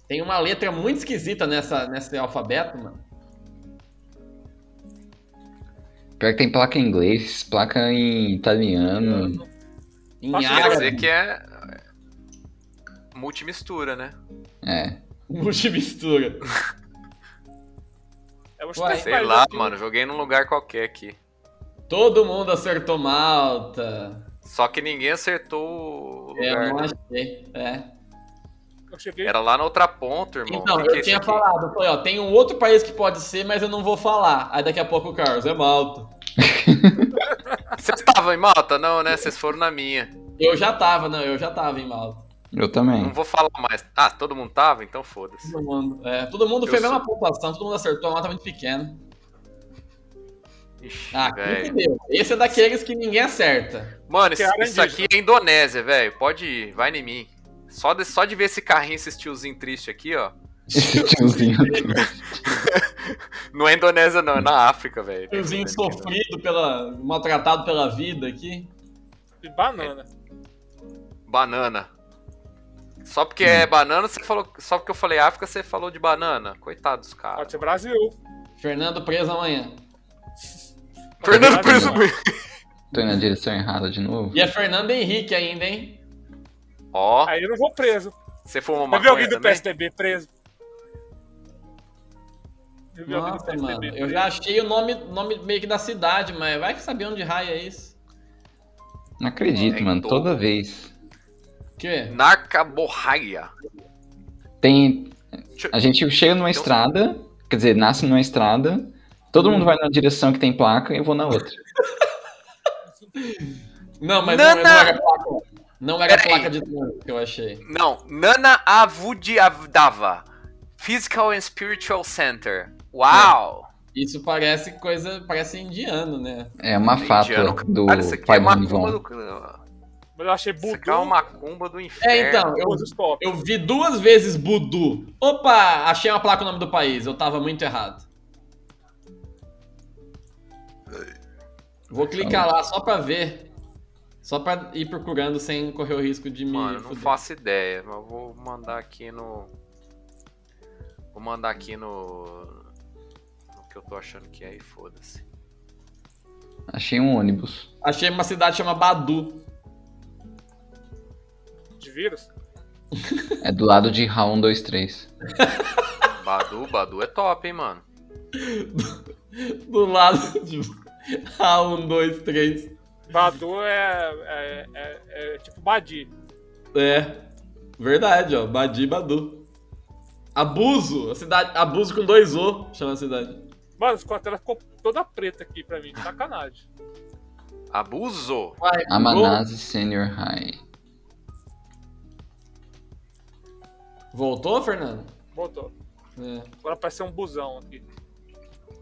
Tem uma letra muito esquisita nessa, nesse alfabeto, mano. Pior que tem placa em inglês, placa em italiano. Em Posso Quer dizer árabe. que é multimistura, né? É. Multimistura. Eu vou Uai. chutar esse Sei país lá, aqui. mano. Joguei num lugar qualquer aqui. Todo mundo acertou Malta. Só que ninguém acertou o Eu lugar. não né? achei. É. Eu cheguei. Era lá na outra ponta, irmão. Então, O Tá que que é eu isso tinha aqui? falado, eu falei, ó, tem um outro país que pode ser, mas eu não vou falar. Aí daqui a pouco o Carlos é Malta. Vocês estavam em Malta? Não, né? Vocês foram na minha. Eu já tava, não, eu já tava em Malta. Eu também. Não vou falar mais. Ah, todo mundo tava? Então foda-se. Todo mundo, é, todo mundo Eu fez a mesma sou- pontuação, todo mundo acertou, a Malta é muito pequena. Ixi, Ah, que velho. deu. Esse é daqueles que ninguém acerta. Mano, Que isso, área isso aqui é Indonésia, velho. Pode ir, vai em mim. Só de, só de ver esse carrinho, esses tiozinho triste aqui, ó. Esse tiozinho aqui. Não é Indonésia, não, é na África, velho. Tá Tiozinho sofrido pela. maltratado pela vida aqui. de Banana. Banana. Só porque é banana, você falou. Só porque eu falei África, você falou de banana. Coitado dos caras. Pode ser Brasil. Fernando preso amanhã. Fernando Pode ser Preso. Brasil. Tô indo na direção errada de novo. E é Fernando Henrique ainda, hein? Ó, Aí eu não vou preso. você fuma Vai ver alguém maconha do também? PSDB preso. Vai ver alguém do Nossa, mano, PSDB eu já achei o nome, nome meio que da cidade, mas vai que sabia onde raio é isso. Não acredito, É, mano. então. Toda vez. Que? Narcaborraia. Tem. A gente chega um numa estrada, quer dizer, nasce numa estrada. Todo Hum. mundo vai na direção que tem placa e eu vou na outra. Não, mas não, Nana! não era placa. Não era Peraí. placa de trânsito que eu achei. Não, Nana Avudiavdava. Physical and Spiritual Center. Uau! Isso parece coisa, parece indiano, né? É uma Indiano, fátua caralho, do isso aqui pai é do macumba Manivon. do. Isso Mas eu achei aqui é uma Budu. macumba do inferno. É, então, eu, Todos top. eu vi duas vezes Budu. Opa, achei uma placa o nome do país, eu tava muito errado. Vou clicar lá só pra ver. Só pra ir procurando sem correr o risco de me. Mano, eu não fuder. faço ideia, mas eu vou mandar aqui no. Vou mandar aqui no. No que eu tô achando que é e foda-se. Achei um ônibus. Achei uma cidade chamada Badu. De vírus. É do lado de Raon 23. Badu, Badu é top, hein, mano. do lado de A, um, dois, três. Badu é, é, é- é tipo Badi. É, verdade, ó. Badi Badu. Abuso, a cidade. Abuso com dois O, chama a cidade. Mano, ficou- a tela ficou toda preta aqui pra mim, de sacanagem. Abuso? Vai, Amanazzi Senior High. Voltou, Fernando? Botou. É. Agora parece um busão aqui.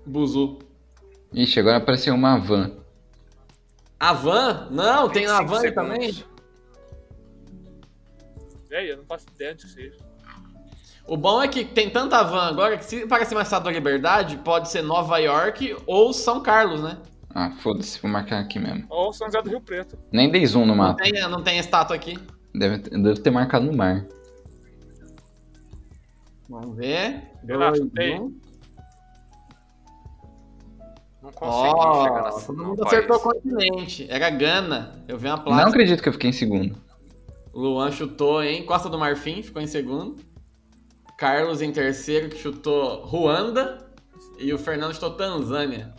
Buzu. Ixi, agora apareceu uma van. Avan? Não, tem, na Cinco Avan segundos. também. E aí, eu não faço ideia de que seja. O bom é que tem tanta van agora que se parecer mais Estado da Liberdade, pode ser Nova York ou São Carlos, né? Ah, foda-se, vou marcar aqui mesmo. Ou São José do Rio Preto. Nem dei zoom no Não mapa. tem, não tem estátua aqui. Deve, deve ter marcado no mar. Vamos ver. Renato, Dois, tem. um. Não consegui Ó, chegar nessa. todo no mundo país. acertou o continente. Era Gana. Eu vi uma Não placa. acredito que eu fiquei em segundo. Luan chutou, hein? Costa do Marfim ficou em segundo. Carlos em terceiro, que chutou Ruanda. E o Fernando chutou Tanzânia.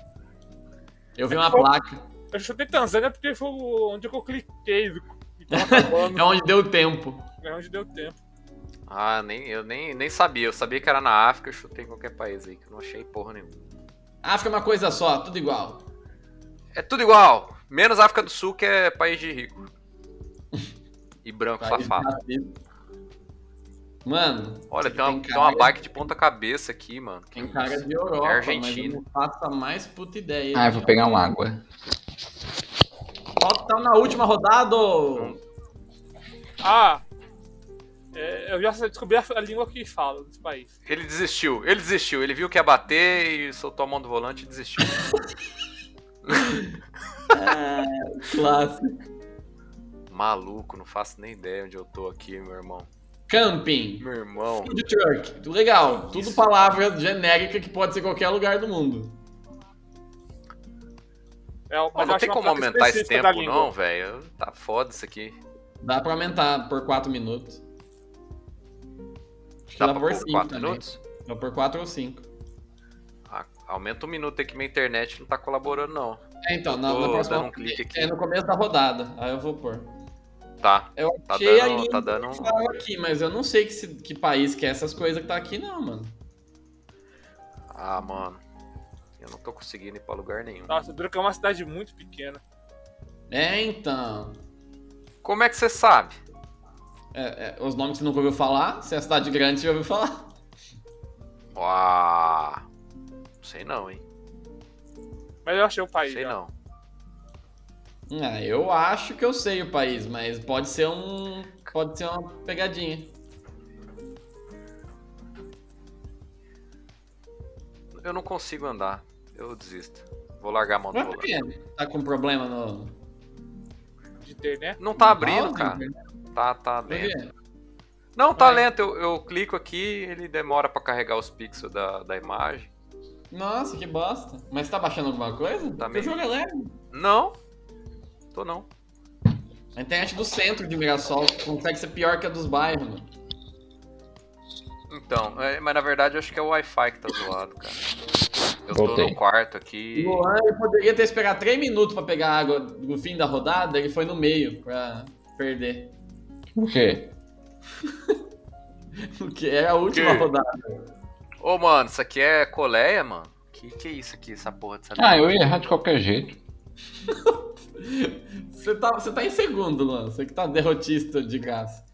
Eu vi uma placa. Eu chutei Tanzânia porque foi o- onde eu cliquei. do- que tava acabando, É onde deu tempo. é onde deu tempo. Ah, nem, eu nem, nem sabia. Eu sabia que era na África, eu chutei em qualquer país aí, que eu não achei porra nenhuma. África é uma coisa só, tudo igual. É tudo igual, menos África do Sul, que é país de rico. E branco País safado. capeta. tá Mano, Olha, tem uma, Tem tem uma cara- bike de ponta cabeça aqui, mano. Que tem isso? cara de Europa, É mas eu Argentina. não faço a mais puta ideia. Ah, eu vou pegar um água. Falta tá na última rodada. ô. Hum. Ah! é, eu já descobri a, a língua que fala desse país. Ele desistiu, ele desistiu. Ele viu que ia bater e soltou a mão do volante e desistiu. Clássico. Maluco, não faço nem ideia onde eu tô aqui, meu irmão. Camping. Meu irmão. Food truck. Tipo Legal. Tudo Isso. palavra genérica que pode ser qualquer lugar do mundo. É, mas Pô, eu não acho tem uma como placa aumentar esse específica da tempo, língua. não, velho. Tá foda isso aqui. Dá pra aumentar por 4 minutos. Acho que Dá dá pra por pôr 5 quatro também. minutos? Dá por 4 ou 5. Ah, aumenta um minuto aqui, minha internet não tá colaborando, não. É, então, na, na Tô próxima. dando um clique aqui. É no começo da rodada. Aí eu vou pôr. Tá. Eu Tá achei a dando, língua tá dando. que fala aqui, mas eu não sei que, se- que país que é essas coisas que tá aqui, não, mano. Ah, mano. Eu não tô conseguindo ir pra lugar nenhum. Tá. Nossa, dura que é uma cidade muito pequena. É, então. Como é que você sabe? É, é, os nomes que você nunca ouviu falar, se é cidade grande, você já ouviu falar. Uau. Sei não, hein? Mas eu achei o país. Sei já. não. Ah, eu acho que eu sei o país, mas pode ser um. Pode ser uma pegadinha. Eu não consigo andar. Eu desisto. Vou largar a mão do Mas por volante. quê? Tá com problema no. De ter, né? Não tá no abrindo, mouse, cara. né? Tá, tá Por lento. quê? Não, tá Vai. lento. Eu, eu clico aqui ele demora pra carregar os pixels da, da imagem. Nossa, que bosta. Mas você tá baixando alguma coisa? Tá Você meio- joga é leve. Não. Tô não. A internet do centro de Mirassol consegue ser pior que a dos bairros, mano. Então, é, mas na verdade eu acho que é o Wi-Fi que tá zoado, cara. Eu tô Voltei. no quarto aqui. Luan, ele poderia ter esperado 3 minutos pra pegar água no fim da rodada, ele foi no meio pra perder. O quê? Porque era a última Que? rodada. Ô, mano, isso aqui é coleia, mano? Que que é isso aqui, essa porra dessa Ah, eu ia errar de qualquer jeito. Você tá, você tá em segundo, Luan. Você que tá derrotista de graça.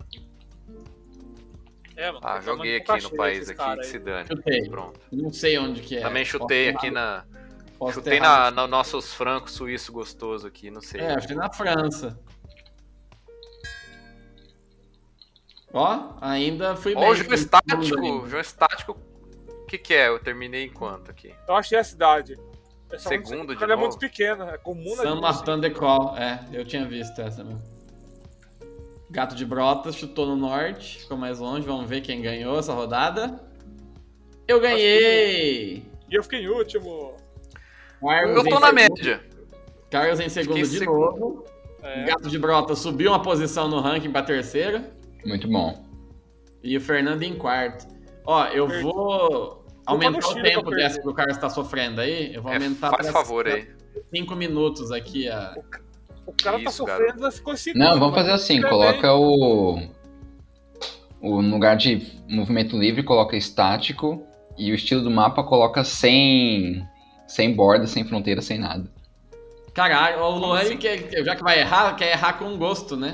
É, mano. Ah, eu também joguei nunca aqui no achei país esses aqui, cara que aí. se dane. Chutei. Pronto. Não sei onde que é. Também chutei aqui na. Posso ter Chutei errado. na, na nossos francos suíço gostoso aqui, não sei. É, chutei na França. Ó, ainda fui Ó, o bem. João Estático. João Estático. O que, que é? Eu terminei em quanto aqui? Eu achei a cidade. É só Segundo muito- de Ela é novo. muito pequena. É comuna San de- Martin de Col. É, eu tinha visto essa mesmo. Gato de Brotas chutou no norte, ficou mais longe. Vamos ver quem ganhou essa rodada. Eu ganhei! E eu fiquei em último. Carlos Eu em tô na segundo- média. Carlos em segundo Fiquei de segundo. novo. É. Gato de Brotas subiu uma posição no ranking pra terceiro. Muito bom. E o Fernando em quarto. Ó, eu Perdi. vou. Aumentou o China que eu tempo dessa perdi. que o Carlos tá sofrendo aí. Eu vou É, aumentar faz favor aí. 5 minutos aqui. A... O cara tá Isso, sofrendo, mas ficou seguro. Não, vamos fazer assim, coloca o. o no lugar de movimento livre, coloca estático. E o estilo do mapa coloca sem. Sem borda, sem fronteira, sem nada. Caralho, o Luan, ele quer, já que vai errar, quer errar com gosto, né?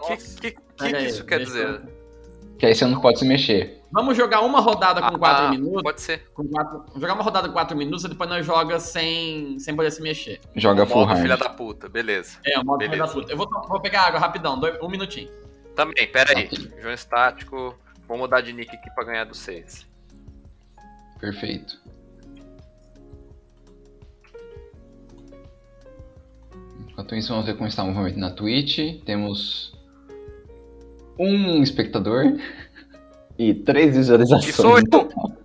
O que, que, que Pera aí, isso quer deixa dizer? eu- Que aí você não pode se mexer. Vamos jogar uma rodada com 4 Ah, minutos. Pode ser. Com quatro, jogar uma rodada com 4 minutos e depois nós joga sem, sem poder se mexer. Joga full Modo hard. filha da puta, beleza. É, o modo filho Beleza. da puta. Eu vou, to- vou pegar água rapidão, dois- um minutinho. Também, pera aí. Tá. João estático. Vou mudar de nick aqui pra ganhar do 6. Perfeito. Enquanto isso, vamos ver como está o movimento na Twitch. Temos um espectador e três E sou visualizações. eu! Sou eu!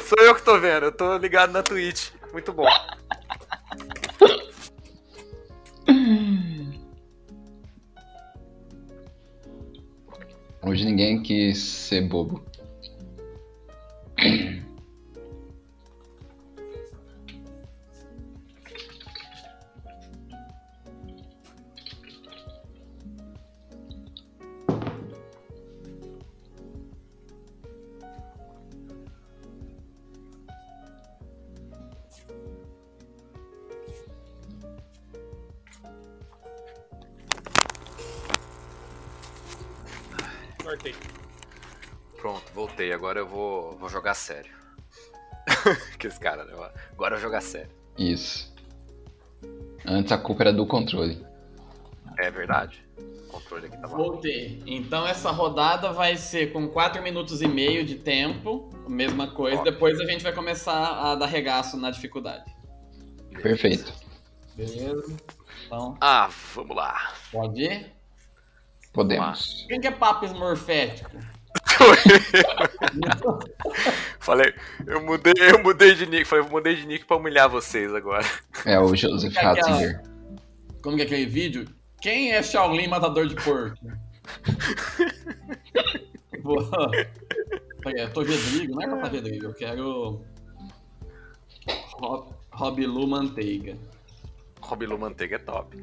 Sou eu que tô vendo. Eu tô ligado na Twitch. Muito bom. Hoje ninguém quis ser bobo. Cortei. Pronto, voltei. Agora eu vou, vou jogar sério. que esse cara, né? Agora eu vou jogar sério. Isso. Antes a culpa era do controle. É verdade. O controle aqui tá mal. Voltei. Então essa rodada vai ser com 4 minutos e meio de tempo, mesma coisa. Ó. Depois a gente vai começar a dar regaço na dificuldade. Perfeito. Beleza? Então, Ah, vamos lá. pode ir. Podemos. Quem que é papo esmorfético? Falei, eu mudei, eu mudei de nick. Falei, eu mudei de nick pra humilhar vocês agora. É o Joseph Fica aquela- Ratzinger. Como que é aquele vídeo? Quem é Shaolin matador de porco? Boa. Peraí, eu tô Rodrigo, não é Copa Rodrigo, eu quero. Rob- Rob Lu Manteiga. Robilu Manteiga é top.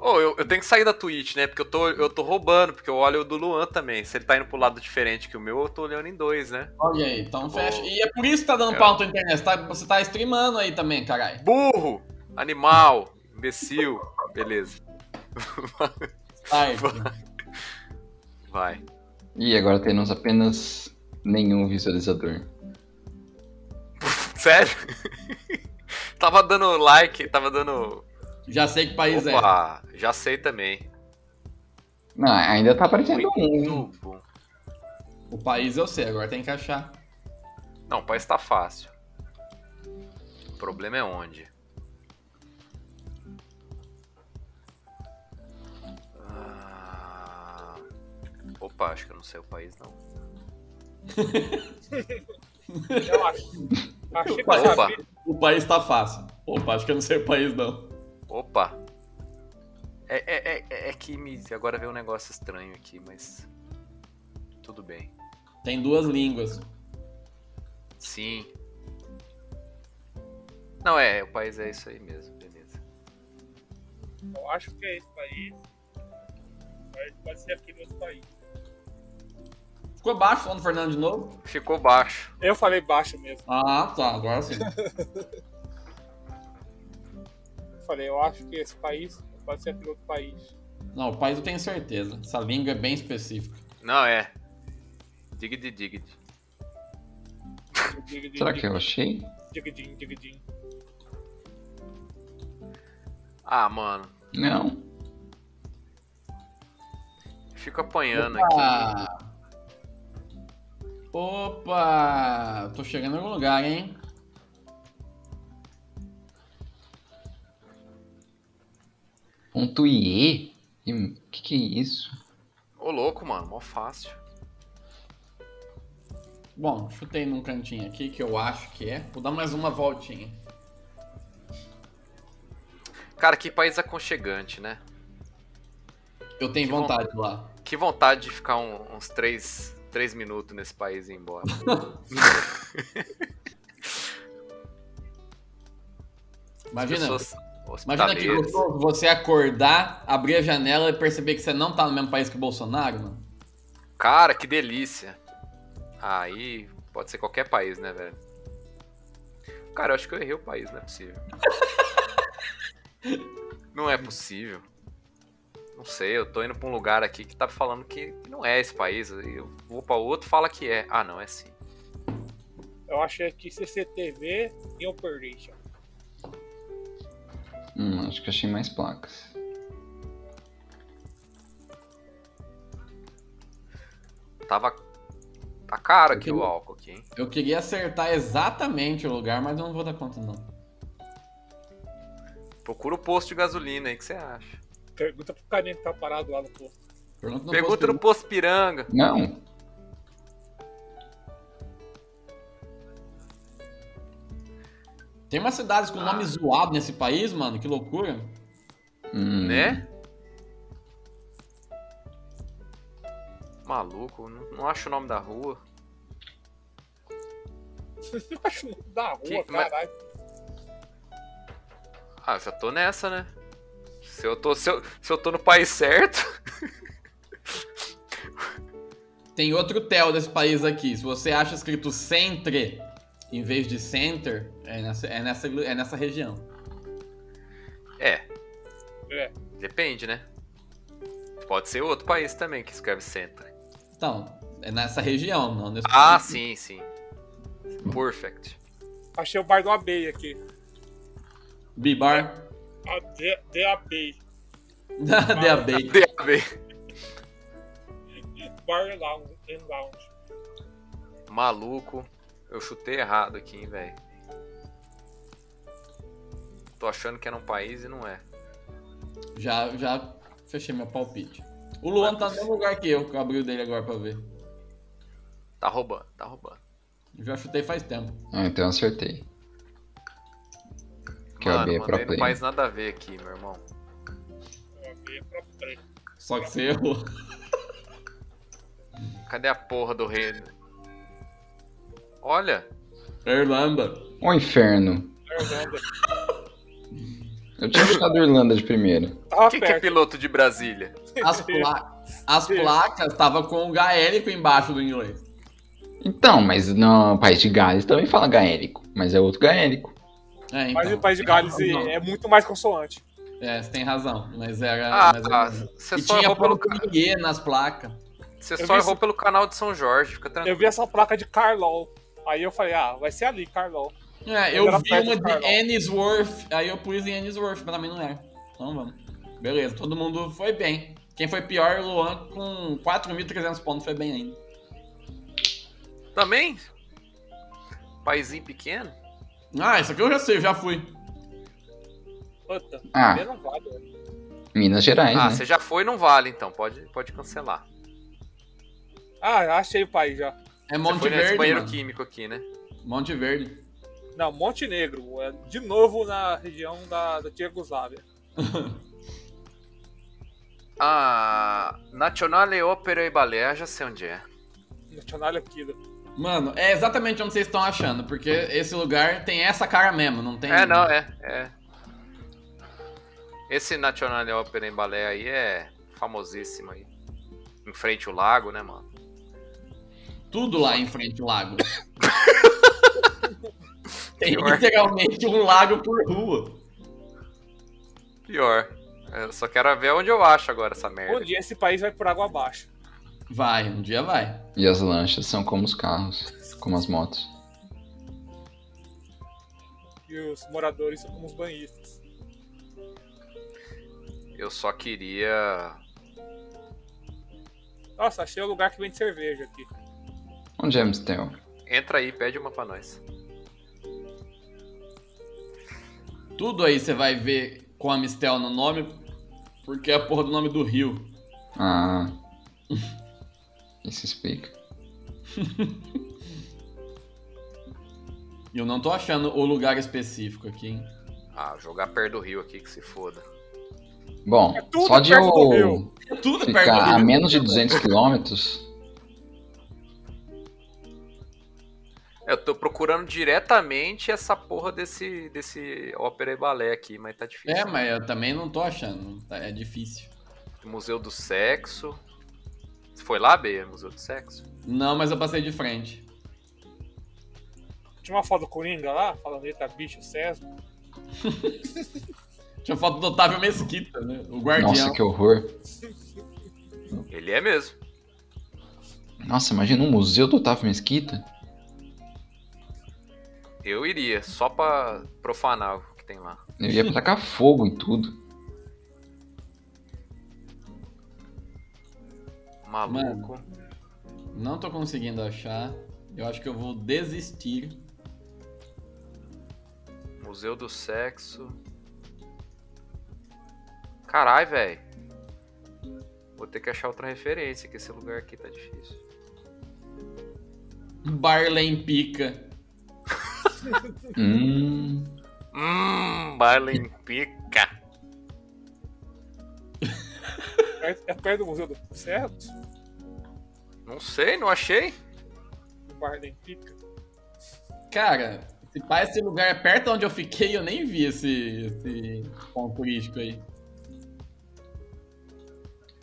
Ô, eu, eu tenho que sair da Twitch, né? Porque eu tô, eu tô roubando, porque eu olho o do Luan também. Se ele tá indo pro lado diferente que o meu, eu tô olhando em dois, né? Olha aí, então Boa. fecha. E é por isso que tá dando É. pau na tua internet. Você tá, você tá streamando aí também, caralho. Burro! Animal! Imbecil! Beleza. Vai. Vai. E agora temos apenas nenhum visualizador. Sério? tava dando like, tava dando. Já sei que país é. Opa, já sei também. Não, ainda tá aparecendo um. Muito bom. O país eu sei, agora tem que achar. Não, o país tá fácil. O problema é onde? Ah, Opa, acho que eu não sei o país não. Eu acho. Achei que Opa. sabia. O país tá fácil. Opa, acho que eu não sei o país não. Opa! É, é, é- é, é que me... agora veio um negócio estranho aqui, mas. Tudo bem. Tem duas línguas. Sim. Não, é, o país é isso aí mesmo, beleza. Eu acho que é esse país. Mas pode ser aquele outro país. Ficou baixo falando Fernando de novo? Ficou baixo. Eu falei baixo mesmo. Ah, tá, agora sim. Eu falei, eu acho que esse país pode ser aquele outro país. Não, o país eu tenho certeza. Essa língua é bem específica. Não, é. Digde, digde. Digidim, Será que é? eu achei? digidim, digidim. Ah, mano. Não. Fico apanhando aqui. Opa! Opa! Tô chegando em algum lugar, hein? Ponto IE? Ih, Que que é isso? Ô, louco, mano, mó fácil. Bom, chutei num cantinho aqui que eu acho que é. Vou dar mais uma voltinha. Cara, que país aconchegante, né? Eu tenho Que vontade lá. Que vontade de ficar um- uns três, três minutos nesse país e ir embora. Imagina, Pessoas imagina que hospitaleiras. gostoso você acordar, abrir a janela e perceber que você não tá no mesmo país que o Bolsonaro, mano. Cara, que delícia. Aí, pode ser qualquer país, né, velho? Cara, eu acho que eu errei o país, não é possível. não é possível. Não sei, eu tô indo pra um lugar aqui que tá falando que não é esse país. aí Eu vou pra outro fala que é. Ah, não, é sim. Eu achei aqui CCTV e Operation. Hum, acho que achei mais placas. Tava. Tá caro aqui Eu o queria- álcool aqui, hein? Eu queria acertar exatamente o lugar, mas eu não vou dar conta, não. Procura o posto de gasolina aí, o que você acha? Pergunta pro carinha que tá parado lá no posto. Pergunta no Pergunta no posto posto piranga. Não, de- Tem umas cidades com nome zoado nesse país, mano, que loucura. Hum, Né? Maluco, não, não acho o nome da rua. Eu acho tá da rua, Que- mas- caralho. Ah, já tô nessa, né? Se eu tô, se eu, se eu tô no país certo. Tem outro tel desse país aqui. Se você acha escrito centre em vez de center, é nessa, é nessa, é nessa região. É, É. depende, né? Pode ser outro país também que escreve centro. Então, é nessa região, não nesse Ah, país. sim, sim. Perfect. Achei o bar do Abei aqui. Bibar A D- DAB. da Bay. DAB. Bar and Lounge. and lounge. Maluco. Eu chutei errado aqui, hein, velho. Tô achando que era um país e não é. Já, já fechei meu palpite. O Luan tá no mesmo lugar que eu, que eu abri o dele agora pra ver. Tá roubando, tá roubando. Eu já chutei faz tempo. Ah, então eu acertei. Que é o B Mano, pra mandei no play. país nada a ver aqui, meu irmão. AB é pra três. Só que você errou. Cadê a porra do reino? Olha, Tá Irlanda. Ô inferno. Irlanda. Eu tinha chutado Irlanda de primeira. Tava quem que é perto. piloto de Brasília? As, pla as placas tava com o gaélico embaixo do inglês. Então, mas no País de Gales também fala gaélico, mas é outro gaélico. É, então. Mas o País de tem Gales razão. é, é muito mais consoante. É, você tem razão. Mas era. Ah, mas era- você e só, tinha errou pelo, pelo Pinguê nas placas. você Eu só vi errou isso. pelo canal de São Jorge, fica Eu tranquilo. vi essa placa de Carlol. Aí eu falei, ah, vai ser ali, Carlol. É, Eu eu era vi perto uma do de Carlão. Ennisworth, aí eu pus em Ennisworth, mas também não era. Então vamos. Beleza, todo mundo foi bem. Quem foi pior, o Luan, com 4.300 pontos, foi bem ainda. Também? Paizinho pequeno? Ah, isso aqui eu já sei, eu já fui. Puta, Ah. não vale. velho. Minas É, Gerais, Ah, né? você já foi não vale então, pode, pode cancelar. Ah, achei o país já. É Você Monte foi nesse Verde. banheiro mano. químico aqui, né? Monte Verde. Não, Montenegro. é De novo na região da, da Tchegoslávia. Ah, Nationale Opera e Ballet, ah, já sei onde é. Nacional né? Aquila. Mano, é exatamente onde vocês estão achando, porque esse lugar tem essa cara mesmo, não tem. né? É, não, é, é. Esse Nationale Opera em Balé aí é famosíssimo aí. Em frente ao lago, né, mano? Tudo lá em frente ao lago. tem Pior. literalmente um lago por rua. Pior. É, Eu só quero ver onde eu acho agora essa Um merda. dia esse país vai por água abaixo. Vai, um dia vai. E as lanchas são como os carros, como as motos. E os moradores são como os banhistas. Eu só queria. Nossa, achei o lugar que vende cerveja aqui. Onde é Amstel? Entra aí, pede uma pra nós. Tudo aí você vai ver com a Mistel no nome, porque é a porra do nome do rio. Ah. Isso explica. E eu não tô achando o lugar específico aqui, hein? Ah, jogar perto do rio aqui, que se foda. Bom, É tudo só de perto do eu Rio. É Tudo perto ficar a do rio. menos de 200 quilômetros, É, Eu tô procurando diretamente essa porra desse, desse ópera e balé aqui, mas tá difícil. É, mas eu também não tô achando. tá- É difícil. Museu do Sexo. Você foi lá, Bia? Museu do Sexo? Não, mas eu passei de frente. Tinha uma foto do Coringa lá, falando, eita, bicho, César. Tinha foto do Otávio Mesquita, né? O Nossa, guardião. que horror. Ele é mesmo. Nossa, imagina um museu do Otávio Mesquita. Eu iria, só pra profanar o que tem lá. Eu ia tacar fogo em tudo. Maluco. Não tô conseguindo achar. Eu acho que eu vou desistir. Museu do Sexo. Carai, velho. Vou ter que achar outra referência, que esse lugar aqui tá difícil. Barlem Pica. Hum. Hum, Barlem Pica. É- É perto do Museu do César? Não sei, não achei. O Barden Pica. Cara, se pá, esse lugar é perto onde eu fiquei, eu nem vi esse, esse ponto turístico aí.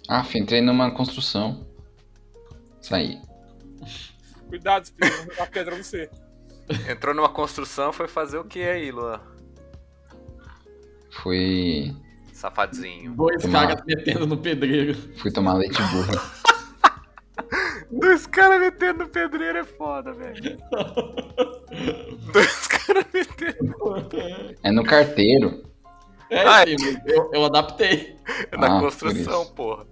Ah, entrei numa construção. Saí. Cuidado, espírito, a pedra no C. Entrou numa construção, foi fazer o que aí, Luan? Fui. Safadinho. Dois Tomar. caras metendo no pedreiro. Fui tomar leite burro. Dois caras metendo no pedreiro é foda, velho. Dois caras metendo. É no carteiro. É, Ah, é. filho, eu, eu adaptei. Na Ah, por É construção, isso. porra.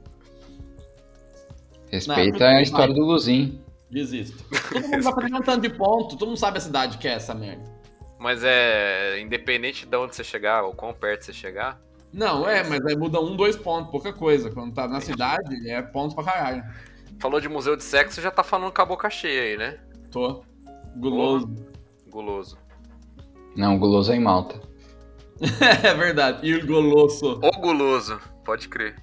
Respeita Não, a história do Luzin. Desisto. Todo mundo vai fazer um tanto de ponto, todo mundo sabe a cidade que é essa merda. Mas é. Independente de onde você chegar, ou quão perto você chegar. Não, é, mas aí muda um, dois pontos, pouca coisa. Quando tá na cidade, é ponto pra caralho. Falou de museu de sexo, já tá falando com a boca cheia aí, né? Tô. Guloso. Guloso. Não, guloso é em Malta. é verdade. E goloso. Ô guloso, pode crer.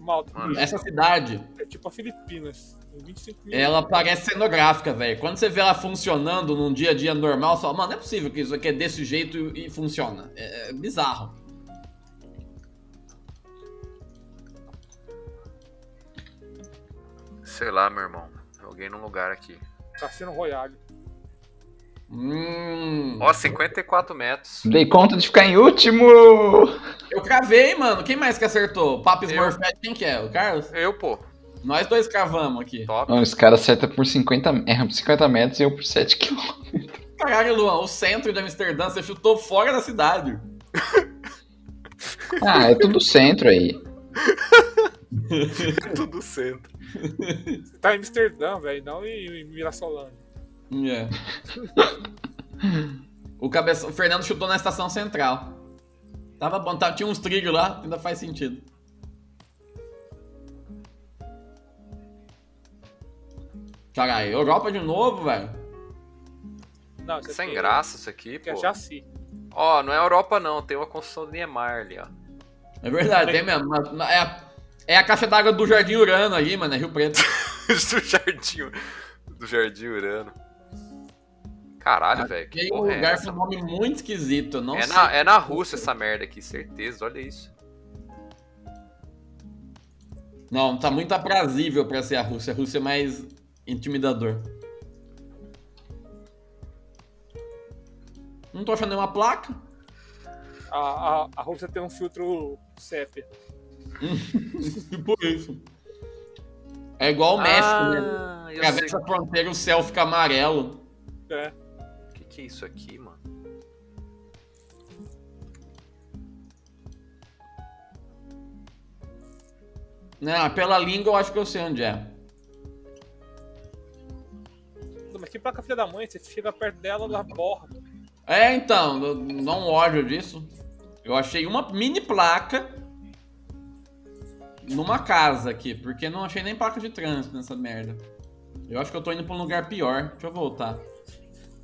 Malta. Mano. Essa É. cidade, É tipo a Filipinas. Tem 25 mil. ela parece cenográfica, velho. Quando você vê ela funcionando num dia a dia normal, você fala, mano, não é possível que isso aqui é desse jeito e funciona. É, é bizarro. Sei lá, meu irmão. Alguém num lugar aqui. Cassino Royale. Hum. Ó, 54 metros. Dei conta de ficar em último! Eu cravei, mano. Quem mais que acertou? Papo Eu. Smurfette, quem que é? O Carlos? Eu, pô. Nós dois cravamos aqui. Top. Não, esse cara acerta por 50, erra por 50 metros e eu por 7 quilômetros. Caralho, Luan, o centro de Amsterdã, você chutou fora da cidade. Ah, é tudo centro aí. Tudo centro. Você tá em Amsterdã, velho, não em, em Mirassolândia. É. o, cabeça... o Fernando chutou na estação central. Tava bom, tava- tinha uns trilhos lá, ainda faz sentido. Caralho, Europa de novo, velho. Não, isso Sem aqui- graça isso aqui, Que é pô. Jaci. Ó, não é Europa não, tem uma construção de Niemeyer ali, ó. É verdade, é mesmo. mas- mas É a, é a caixa d'água do Jardim Urano ali, mano, é Rio Preto. do jardim. Do jardim Urano. Caralho, velho. Que Tem um porra é lugar com essa? um nome muito esquisito, eu não É sei. na, é na Rússia essa merda aqui, certeza. Olha isso. Não, tá muito aprazível pra ser a Rússia. A Rússia é mais intimidador. Não tô achando nenhuma placa. A, a, a Rússia tem um filtro CEP. Tipo isso. É igual o México, né? ah, eu sei. Atravessa a fronteira, o céu fica amarelo. É. O que, que é isso aqui, mano? Não, né? pela língua eu acho que eu sei onde é. Não, Mas que placa filha da mãe, você chega perto dela, ela borra. É, então, eu não ódio disso. Eu achei uma mini placa numa casa aqui, porque não achei nem placa de trânsito nessa merda. Eu acho que eu tô indo pra um lugar pior. Deixa eu voltar.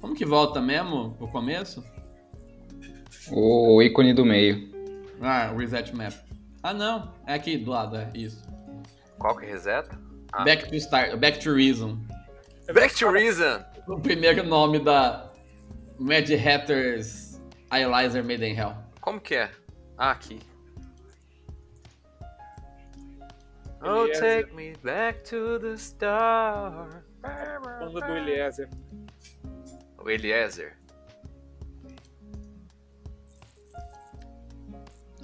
Como que volta mesmo pro começo? O ícone do meio. Ah, reset map. Ah, não. É aqui do lado, é isso. Qual que reseta? Ah. Back to start, back to reason. Back to Reason. O primeiro nome da Mad Hatters Eyelizer Maiden Hell. Como que é? Ah, aqui. é- Oh, Eliezer. take me back to the star. Banda do Eliezer. É O Eliezer.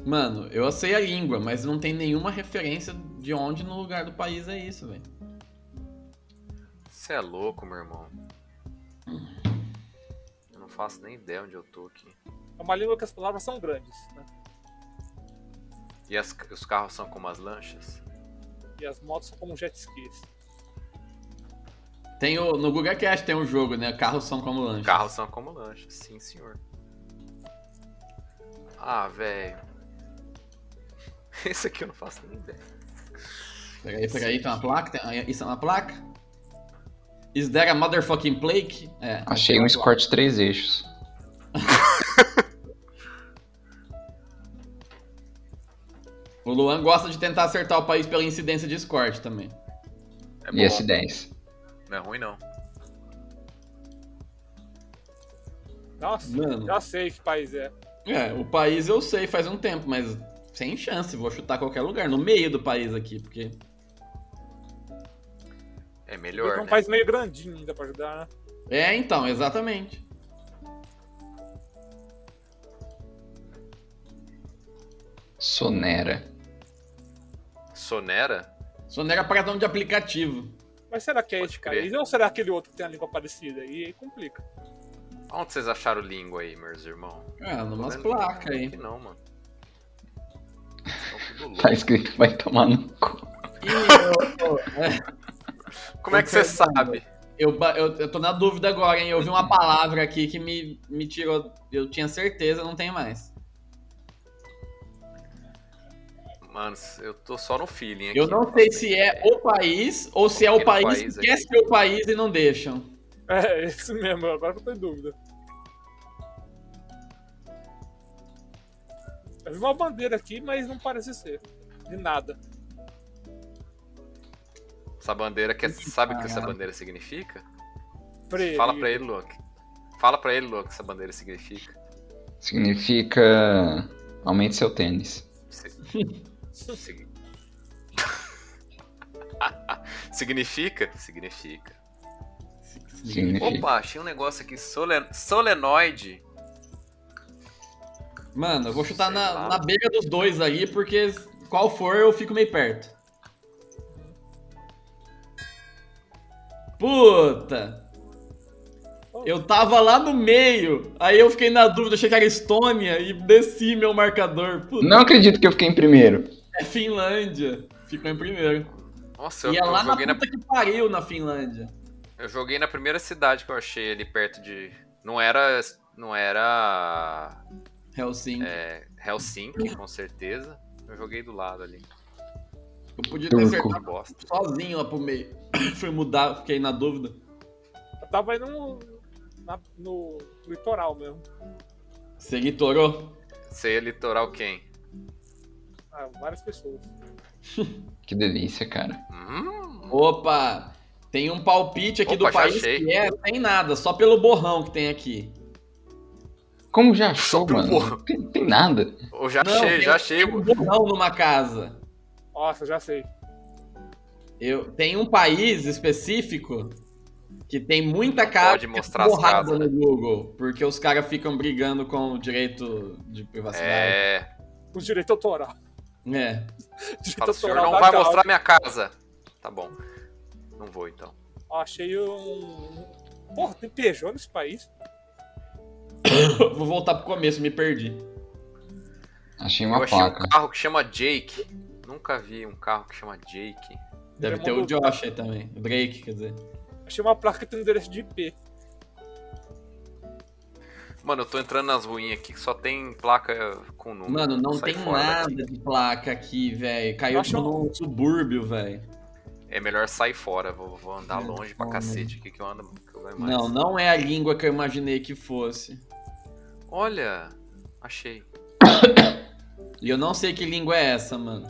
Mano, eu sei a língua, mas não tem nenhuma referência de onde no lugar do país é isso, velho. Você é louco, meu irmão. Eu não faço nem ideia onde eu tô aqui. É uma língua que as palavras são grandes, né? E as- os carros são como as lanchas? E as motos são como jet skis. Tem o, no Google Cast tem um jogo, né? Carros são como lanche. Carros são como lanchas, sim, senhor. Ah, velho. Esse aqui eu não faço nem ideia. Peraí, peraí, tem uma placa? Tem- isso é uma placa? Is there a motherfucking plaque? É. Achei um Escort três eixos. O Luan gosta de tentar acertar o país pela incidência de Escort também. É e S10. Não é ruim, não. Nossa, Mano. já sei que país é. É, o país eu sei faz um tempo, mas sem chance, vou chutar qualquer lugar, no meio do país aqui, porque. É Porque melhor, é um né? país meio grandinho ainda pra ajudar, né? É, então, exatamente. Sonera. Sonera? Sonera para nome um de aplicativo. Mas será que é Pode esse crer. país ou será aquele outro que tem a língua parecida? E aí complica. Onde vocês acharam língua aí, meus irmãos? Ah, numas Não, placas aí. Aqui não, mano. Vocês tão tudo louco. Tá escrito vai tomar no cu. Como é que você sabe? Eu, ba- eu, eu tô na dúvida agora, hein? Eu vi uma palavra aqui que me, me tirou. Eu tinha certeza, não tem mais. Mano, eu tô só no feeling aqui. Eu não sei se é o país ou se é o Aquele país país que quer aqui. ser o país e não deixam. É, isso mesmo, agora que eu tô em dúvida. Eu vi uma bandeira aqui, mas não parece ser. De nada. Essa bandeira quer... Sabe o que essa Caralho. bandeira significa? Freio. Fala pra ele, Luke. Fala pra ele, Luke, o que essa bandeira significa. Significa aumente seu tênis. Si- si- significa? Significa. Significa. Opa, achei um negócio aqui solen... solenoide. Mano, eu vou chutar Sei na, lá. na beira dos dois ali, porque qual for eu fico meio perto. Puta! Eu tava lá no meio, aí eu fiquei na dúvida, achei que era Estônia e desci meu marcador. Puta, Não acredito que eu fiquei em primeiro. é Finlândia. Ficou em primeiro. Nossa, eu, e é eu lá na Então, joguei na... puta que pariu na Finlândia. eu joguei na primeira cidade que eu achei ali perto de. Não era. Não era. Helsinki. é, Helsinki, com certeza. Eu joguei do lado ali. Eu podia ter Turco. Uma acertado bosta. sozinho lá pro meio. Fui mudar, fiquei na dúvida. Eu tava indo no, na- no litoral mesmo. Você litorou? Você ia litoral quem? Ah, várias pessoas. Que delícia, cara. Hum, Opa! Tem um palpite aqui Opa, do já país achei. que é sem nada, só pelo borrão que tem aqui. Como já achou, Sopro, mano? porra. Não Tem, tem nada. eu já Não, achei, tem- já achei. Tem um borrão numa casa. Nossa, já sei. Eu, tem um país específico que tem muita Não casa pode que é mostrar as borrada no casas, né? Google, porque os caras ficam brigando com o direito de privacidade. É. O direito autoral. É. Direito Então, Fala, o tá senhor autoral não da vai causa. mostrar minha casa. Tá bom. Não vou então. Ó, achei um. um- Porra, tem Peugeot nesse país? Vou voltar pro começo, me perdi. Achei Eu uma achei um placa. carro que chama Jake. Nunca vi um carro que chama Jake. Deve ter o Josh aí também. O Drake, quer dizer. Achei uma placa que tem um endereço de IP. Mano, eu tô entrando nas ruínas aqui que só tem placa com número. Mano, não Sai tem fora nada daqui. um de placa aqui, velho. Caiu Eu acho- tipo num subúrbio, velho. É melhor sair fora. Vou, vou andar É, longe pra não, cacete aqui que eu ando. Que eu ganho mais. Não, não é a língua que eu imaginei que fosse. Olha, achei. E eu não sei que língua é essa, mano.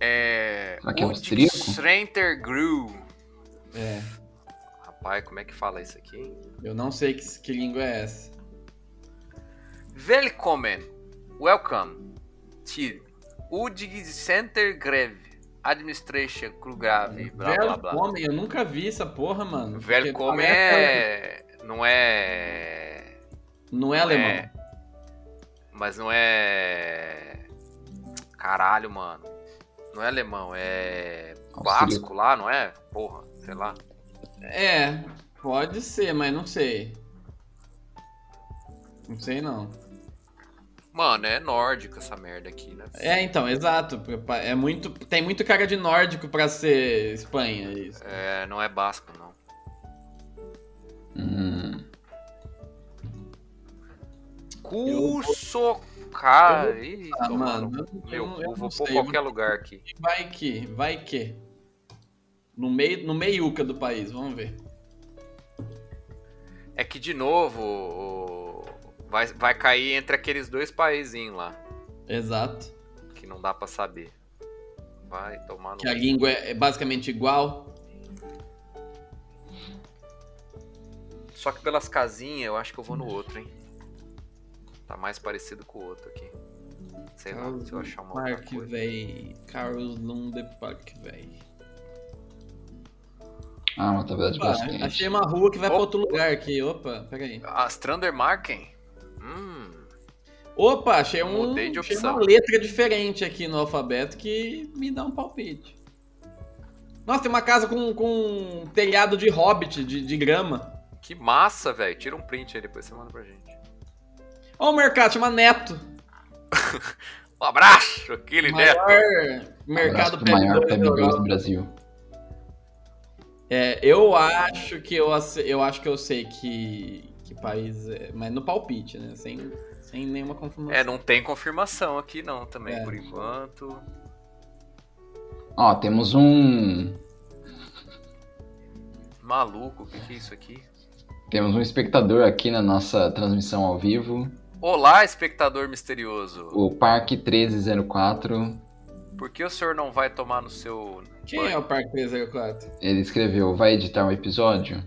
É. Será que é Ulrich austríaco? Schrenter Grew. É. Rapaz, como é que fala isso aqui? Eu não sei que, que língua é essa. Willkommen, welcome to Udig Center Greve Administration Krugrave, blá blá blá. Velcome, eu nunca vi essa porra, mano. Porque Velkommen parece- é... não é... Não é alemão. é- Mas não é... Caralho, mano. Não é alemão, é... Basco lá, não é? Porra, sei lá. É, pode ser, mas não sei. Não sei não. Mano, é nórdico essa merda aqui, né? É, então, exato. É muito, tem muito cara de nórdico pra ser Espanha, isso. É, não é basco, não. Hum, Curso, cara. Ih, Ah, mano. mano, eu, Meu, eu, eu eu vou não pôr sei. qualquer lugar aqui. Vai que, vai que. No meio, no meiuca do país, vamos ver. É que, de novo, o- vai, vai cair entre aqueles dois países lá, Exato. que não dá pra saber. Vai tomar no... Que a língua é é basicamente igual. Só que pelas casinhas, eu acho que eu vou no outro, hein? Tá mais parecido com o outro aqui. Sei lá, se eu achar uma outra Park, coisa. véi. Carlos Lunde Park, véi. ah, uma tabela de Opa, basquete. achei uma rua que vai pra Opa. outro lugar aqui. Opa, peraí. Astrander Ah, Marken? Hum, Opa, achei, um, Mudei de achei opção. uma letra diferente aqui no alfabeto que me dá um palpite. Nossa, tem uma casa com, com um telhado de hobbit, de, de grama. que massa, velho. Tira um print aí, depois você manda pra gente. Ó, o mercado, chama Neto. Um abraço, aquele né? neto. Maior mercado Abraço pro é maior pet da pé do Europa. Brasil. É, eu acho que eu, ace- eu acho que eu sei que, que país é. Mas no palpite, né? Sem, sem nenhuma confirmação. É, não tem confirmação aqui não também, É. por enquanto. Ó, temos um. Maluco, o que, que é isso aqui? Temos um espectador aqui na nossa transmissão ao vivo. Olá, espectador misterioso. O Parque 1304. Por que o senhor não vai tomar no seu. Quem é o Parque 304? Ele escreveu: vai editar o episódio?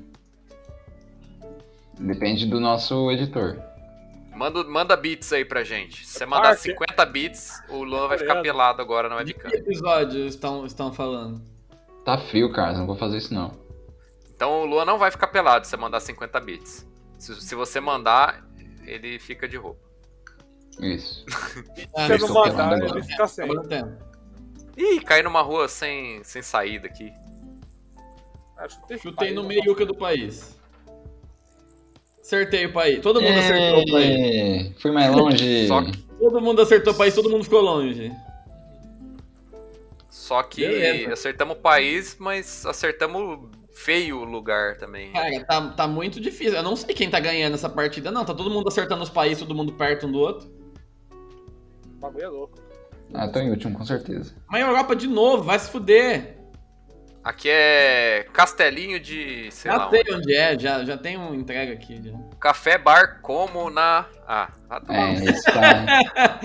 Depende do nosso editor. Manda, manda bits aí pra gente. Se você mandar Ah, Parque. 50 bits, o Luan vai ficar Obrigado. pelado agora na De webcam. que episódio estão, estão falando? Tá frio, Carlos, não vou fazer isso não. Então o Luan não vai ficar pelado se você mandar 50 bits. Se, se você mandar, ele fica de roupa. Isso. Ah, Se eu Eles não estão pelando mandar, agora. ele fica sem. acabou o tempo. Ih, caí numa rua sem, sem saída aqui. Acho que Chutei no meiuca do país. Acertei o país. Todo É. mundo acertou o país. Ê, É, Fui mais longe. Só, Todo mundo acertou o país, todo mundo ficou longe. só que Beleza. acertamos o país, mas acertamos feio o lugar também. Cara, tá, tá muito difícil. Eu não sei quem tá ganhando essa partida, não. Tá todo mundo acertando os países, todo mundo perto um do outro. O bagulho é louco. Ah, tô em último, com certeza. Mas a Europa de novo, vai se fuder. Aqui é Castelinho de, sei lá, Já sei onde é, já, já tem um entrega aqui. já. um café bar como na. Ah, ah, tá. É, esse tá.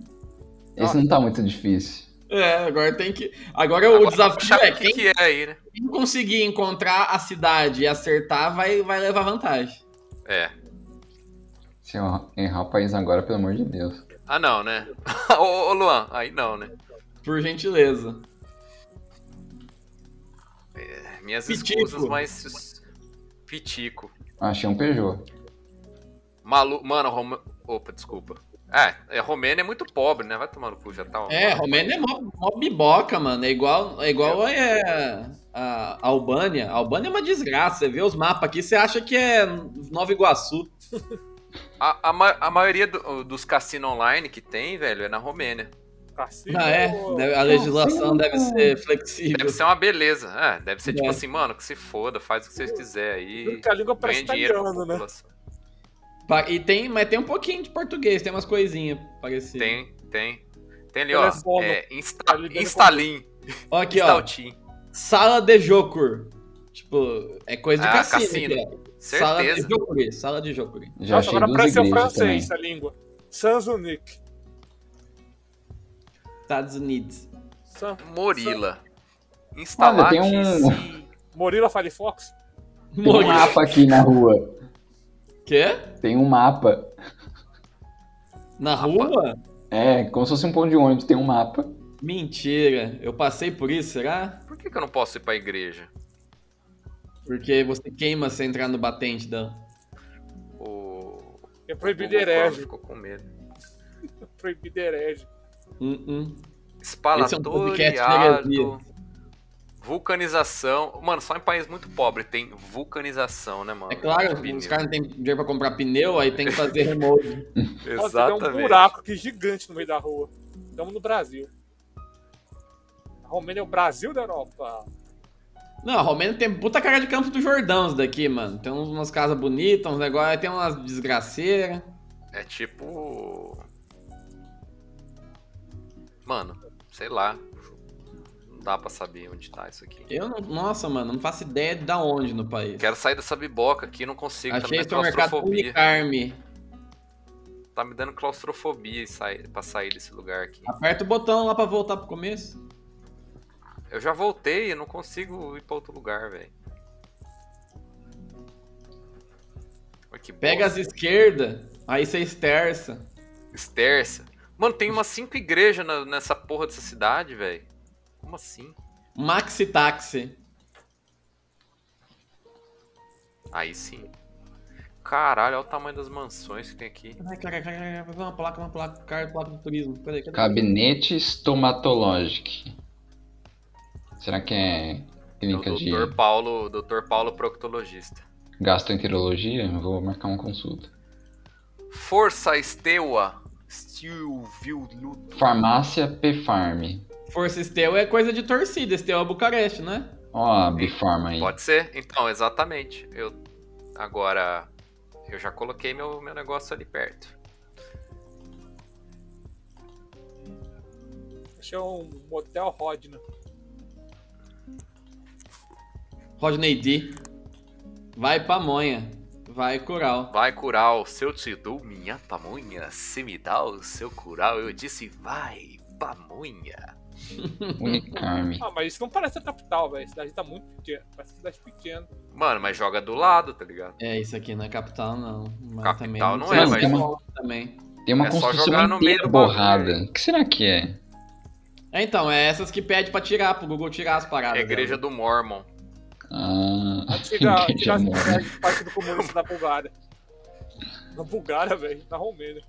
esse não tá muito difícil. É, agora tem que. Agora, o Agora desafio puxar é o que, quem que é aí, né? quem conseguir encontrar a cidade e acertar vai, vai levar vantagem. É. Se eu errar o país agora, pelo amor de Deus. Ah, não, né? ô, ô, Luan, aí não, né? Por gentileza. Minhas Pitico. escusas, mas. Pitico. Achei um Peugeot. Malu... Mano, Roma... Opa, desculpa. É, é, Romênia é muito pobre, né? Vai tomar no cu, já tá. um- É, Romênia é mó, mó biboca, mano. É igual, é igual é, a a Albânia. A Albânia é uma desgraça. Você vê os mapas aqui, você acha que é Nova Iguaçu. A, a, ma- a maioria do- dos cassinos online que tem, velho, é na Romênia. Cassino. Ah, é? Deve- A legislação deve ser flexível. Deve ser uma beleza. É, deve ser tipo É. assim, mano, que se foda, faz o que vocês quiserem aí. Que a língua parece Ganha dinheiro pra italiana, né? população. Pa- E tem, mas tem um pouquinho de português, tem umas coisinhas parecidas. Tem, tem. Tem ali, ó. Telefone. É, Tá insta, ligando Instalin. Ó, aqui, ó. Instaltin. Sala de Jokur. Tipo, é coisa de Ah, cassino. cassino. aqui, ó. Sala de Certeza. Jokuri. Sala de Jokuri. Nossa, Já achei agora duas parece o igrejas também. Tá francês a língua. Sanzunic. Estados Unidos. San... Morila. Olha, Instalar. tem um- Morila Firefox. Tem um mapa aqui na rua. Quê? Tem um mapa. Na rua? É, como se fosse um ponto de ônibus, tem um mapa. Mentira. Eu passei por isso, será? Por que, que eu não posso ir pra igreja? Porque você queima se entrar no batente, Dan. É O. o Google proibido Chrome herege. ficou com é medo. Proibido herege. Hum, hum. Esse é um podcast de Espalatoriado. vulcanização. Mano, só em país muito pobre tem vulcanização, né, mano? É claro, De pneu. os caras não têm dinheiro pra comprar pneu, aí tem que fazer remote. Nossa, tem um Exatamente. buraco aqui gigante no meio da rua. Estamos no Brasil. A Romênia é o Brasil da Europa. Não, a Romênia tem puta cara de Campos do Jordão isso daqui, mano. Tem uns- umas casas bonitas, uns negócios, aí tem umas desgraceiras. É tipo. Mano, sei lá. Não dá pra saber onde tá isso aqui. Eu não, nossa, mano, não faço ideia de da onde no país. Quero sair dessa biboca aqui, não consigo. Achei esse tá me dando mercado claustrofobia. Unicarme. Tá me dando claustrofobia e sair, pra sair desse lugar aqui. Aperta o botão lá pra voltar pro começo. Eu já voltei, eu não consigo ir pra outro lugar, velho. Olha que Pega as bosta. esquerdas, aí você esterça. Esterça. Mano, tem umas cinco igrejas na- nessa porra dessa cidade, velho. Como assim? Maxi táxi. Aí sim. Caralho, olha o tamanho das mansões que tem aqui. É Ai, cara, cara, cara, vai uma placa, uma placa, cara, placa do turismo. Cadê, cadê? Gabinete estomatológico. Será que é É o clínica de Dr. Paulo, Dr. Paulo Proctologista. gastroenterologia? Eu Vou marcar uma consulta. Força Esteua. Stilvio Luto. Farmácia P-Farm. Força Esteu é coisa de torcida, Esteu é Bucareste, né? Ó a Bifarma aí. Pode ser? Então, exatamente. Eu agora eu já coloquei meu, meu negócio ali perto. Achei um motel Rodna. Rodney D. Vai pamonha. Vai cural. Vai cural, se eu te dou minha pamonha, se me dá o seu cural, eu disse vai, pamonha. Unicarme. Ah, mas isso não parece a capital, velho. A cidade tá muito pequena. Parece uma cidade pequena. Mano, mas joga do lado, tá ligado? É, isso aqui na capital não. Mas Capital também não sei é, se mas- rola também. Tem uma É só jogar construção no meio inteira do borrada. bagulho. O que será que é? É, então, é essas que pede pra tirar, pro Google tirar as paradas. É a igreja né? do Mormon. Ah, Tira, que tira as demônio. cidades de parte do comunista da Bulgária. Na Bulgária, velho. Na Romênia.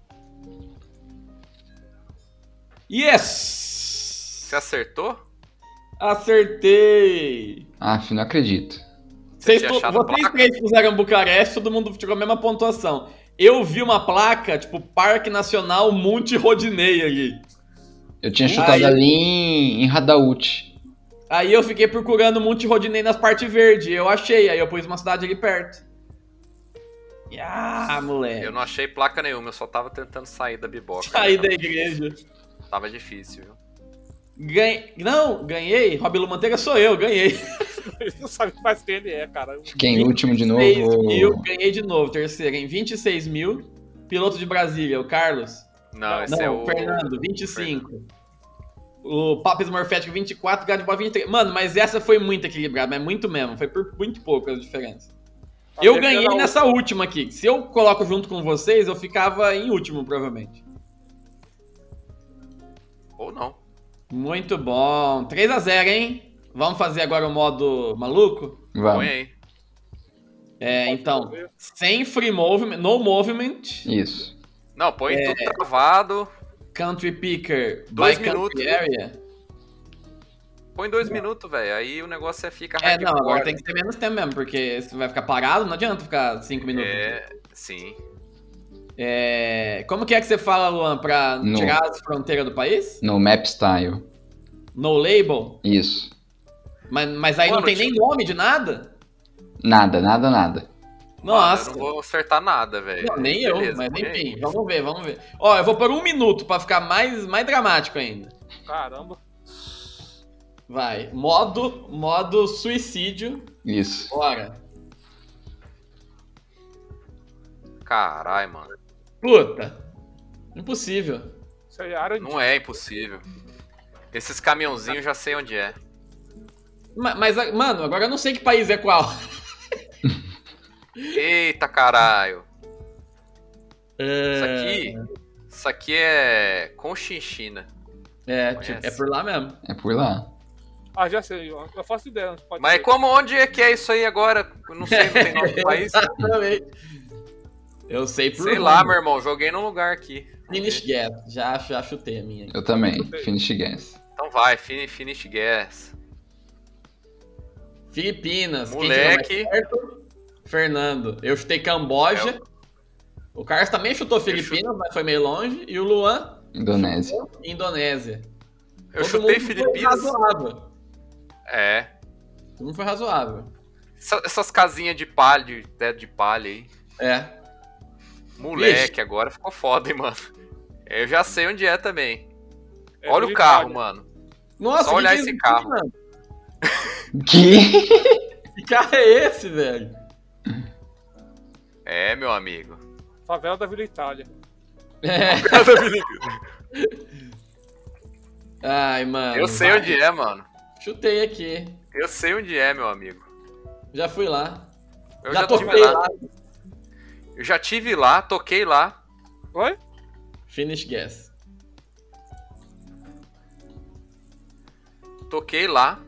Yes! Você acertou? Acertei! Aff, Ah, não acredito. Você Vocês, tinha tu- achado vocês placa? três puseram Bucareste, todo mundo tirou a mesma pontuação. Eu vi uma placa, tipo, Parque Nacional Monte Rodinei ali. Eu tinha chutado Aí- ali em, em Hadaout. Aí eu fiquei procurando Monte Rodinei nas partes verdes. Eu achei, aí eu pus uma cidade ali perto. Ah, moleque. Eu não achei placa nenhuma, eu só tava tentando sair da biboca. Saí da tava, igreja. tava difícil, viu? Ganhei. Não, ganhei. Robilu Manteiga sou eu, ganhei. Eles não sabem mais quem ele é, cara. Fiquei em último de novo. 6 mil, ganhei de novo. Terceiro, em 26 mil. Piloto de Brasília, o Carlos. Não, esse Não, é o o. Fernando, 25. O Papo Esmorfético, 24. Gado de Boa, 23. Mano, mas essa foi muito equilibrada, mas muito mesmo. Foi por muito pouco a diferença. Eu ganhei nessa última aqui. Se eu coloco junto com vocês, eu ficava em último, provavelmente. Ou não. Muito bom. 3 a 0 hein? Vamos fazer agora o modo maluco? Põe Vamos. aí. É, então, sem free movement, no movement, Isso. Não, É. põe tudo travado. country picker, Dois by country minutos. area. Põe dois minutos, velho. Aí o negócio é fica É, não, agora hardcore. tem que ter menos tempo mesmo, porque você vai ficar parado, não adianta ficar cinco minutos. É... É, sim. como que é que você fala, Luan, pra No. tirar as fronteiras do país? No Map Style. No label? Isso. Mas, mas aí não Mano, tem tipo- nem nome de nada? Nada, nada, nada. Nossa. Mano, eu não vou acertar nada, velho. Não, nem eu, Beleza, mas põe aí. enfim, vamos ver, vamos ver. Ó, eu vou por um minuto pra ficar mais, mais dramático ainda. Caramba. Vai, modo, modo suicídio, Isso. bora. Caralho, mano. Puta, impossível. Isso aí é área de... Não é impossível. Esses caminhãozinhos eu já sei onde é. Ma- Mas, a- mano, agora eu não sei que país é qual. Eita caralho. Isso aqui. Isso aqui é Conchinchina. É, Conhece? tipo, é por lá mesmo. É por lá. Ah, já sei, eu eu faço ideia. onde Pode Mas ser. como onde é que é isso aí agora? Eu Não sei, não tem nome do país. Exatamente. Eu sei por Sei lá, meu irmão, joguei num lugar aqui. Finish Get. Já, já chutei a minha. Eu também. Finish Guess. Então vai, fini- finish guess. Filipinas. quem Moleque. chegou mais perto? Fernando. Eu chutei É Camboja. O Carlos também chutou Filipinas, mas foi meio longe. E o Luan, Indonésia. Indonésia. Eu Todo chutei mundo foi Filipinas. razoável. É. Todo mundo foi razoável. Essa- Essas casinhas de palha, de teto de palha aí. É. Moleque, agora ficou foda, hein, mano. Eu já sei onde é também. É Olha de o carro, Itália. mano. Nossa, Só que olhar que é esse isso, carro. mano? Que? Que carro é esse, velho? É, meu amigo. Favela da Vila Itália. É. Ai, mano. Eu sei vai. onde é, mano. Chutei aqui. Eu sei onde é, meu amigo. Já fui lá. Eu já, já, tive toquei lá. lá. Eu já tive lá, toquei lá. Oi? Finish guess. Toquei lá.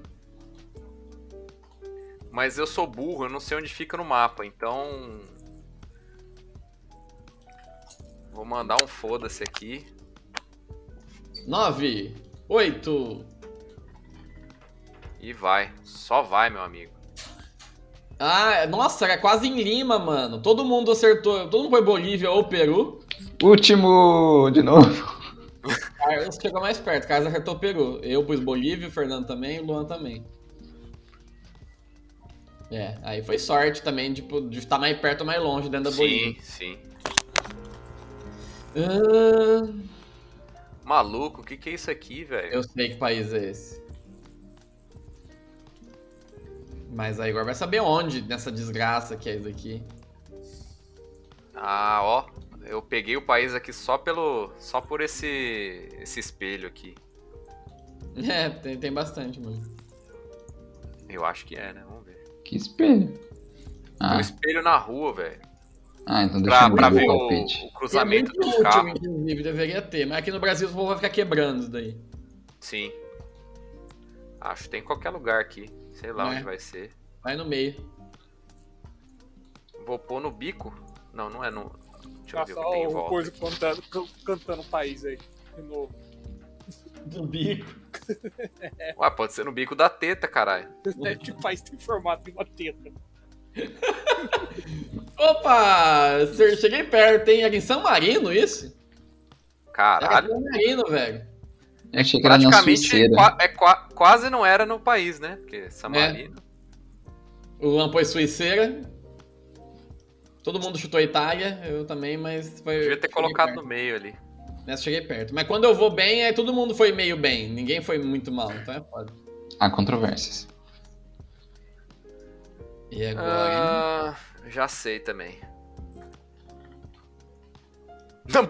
Mas eu sou burro, eu não sei onde fica no mapa, então. Vou mandar um foda-se aqui. 9, 8. E vai. Só vai, meu amigo. Ah, nossa, era quase em Lima, mano. Todo mundo acertou. Todo mundo foi Bolívia ou Peru. Último de novo. Carlos chegou é mais perto. Carlos acertou Peru. Eu pus Bolívia, o Fernando também e o Luan também. É, aí foi sorte também tipo, de estar mais perto ou mais longe dentro da Bolívia. Sim, sim. Ah, Maluco, o que, que é isso aqui, velho? eu sei que país é esse. Mas aí agora vai saber onde nessa desgraça que é isso aqui. Ah, ó. Eu peguei o país aqui só pelo. só por esse. esse espelho aqui. É, tem, tem bastante, mano. Eu acho que é, né? Vamos ver. Que espelho. Tem Ah, Um espelho na rua, velho. ah, então deixa Pra, eu pra ver ver o o, palpite. o cruzamento é muito dos útil, carros. inclusive, deveria ter. Mas aqui no Brasil os povos vão ficar quebrando isso daí. Sim. Acho que tem em qualquer lugar aqui. Sei lá É. onde vai ser. Vai no meio. Vou pôr no bico? Não, não é no. Tá Deixa eu ver Nossa, o que tem olha em Tá o volta. coisa cantando, can- cantando o país aí. De novo. Do bico. Ué, pode ser no bico da teta, caralho. que tipo país tem formato de uma teta. Opa! Che- Cheguei perto, hein? Era em São Marino isso? Era em Caralho. São Marino, velho. Eu achei que era É, na Praticamente Suíceira. qua- é qua- quase não era no país, né? Porque É. Samarino. O Luan pôs Suiceira. Todo mundo chutou Itália, eu também, mas foi. Devia ter cheguei colocado no perto. meio ali. Nessa Né, cheguei perto. Mas quando eu vou bem, aí todo mundo foi meio bem. Ninguém foi muito mal, então é foda. Há Ah, controvérsias. E É agora? Ah, já sei também. Não,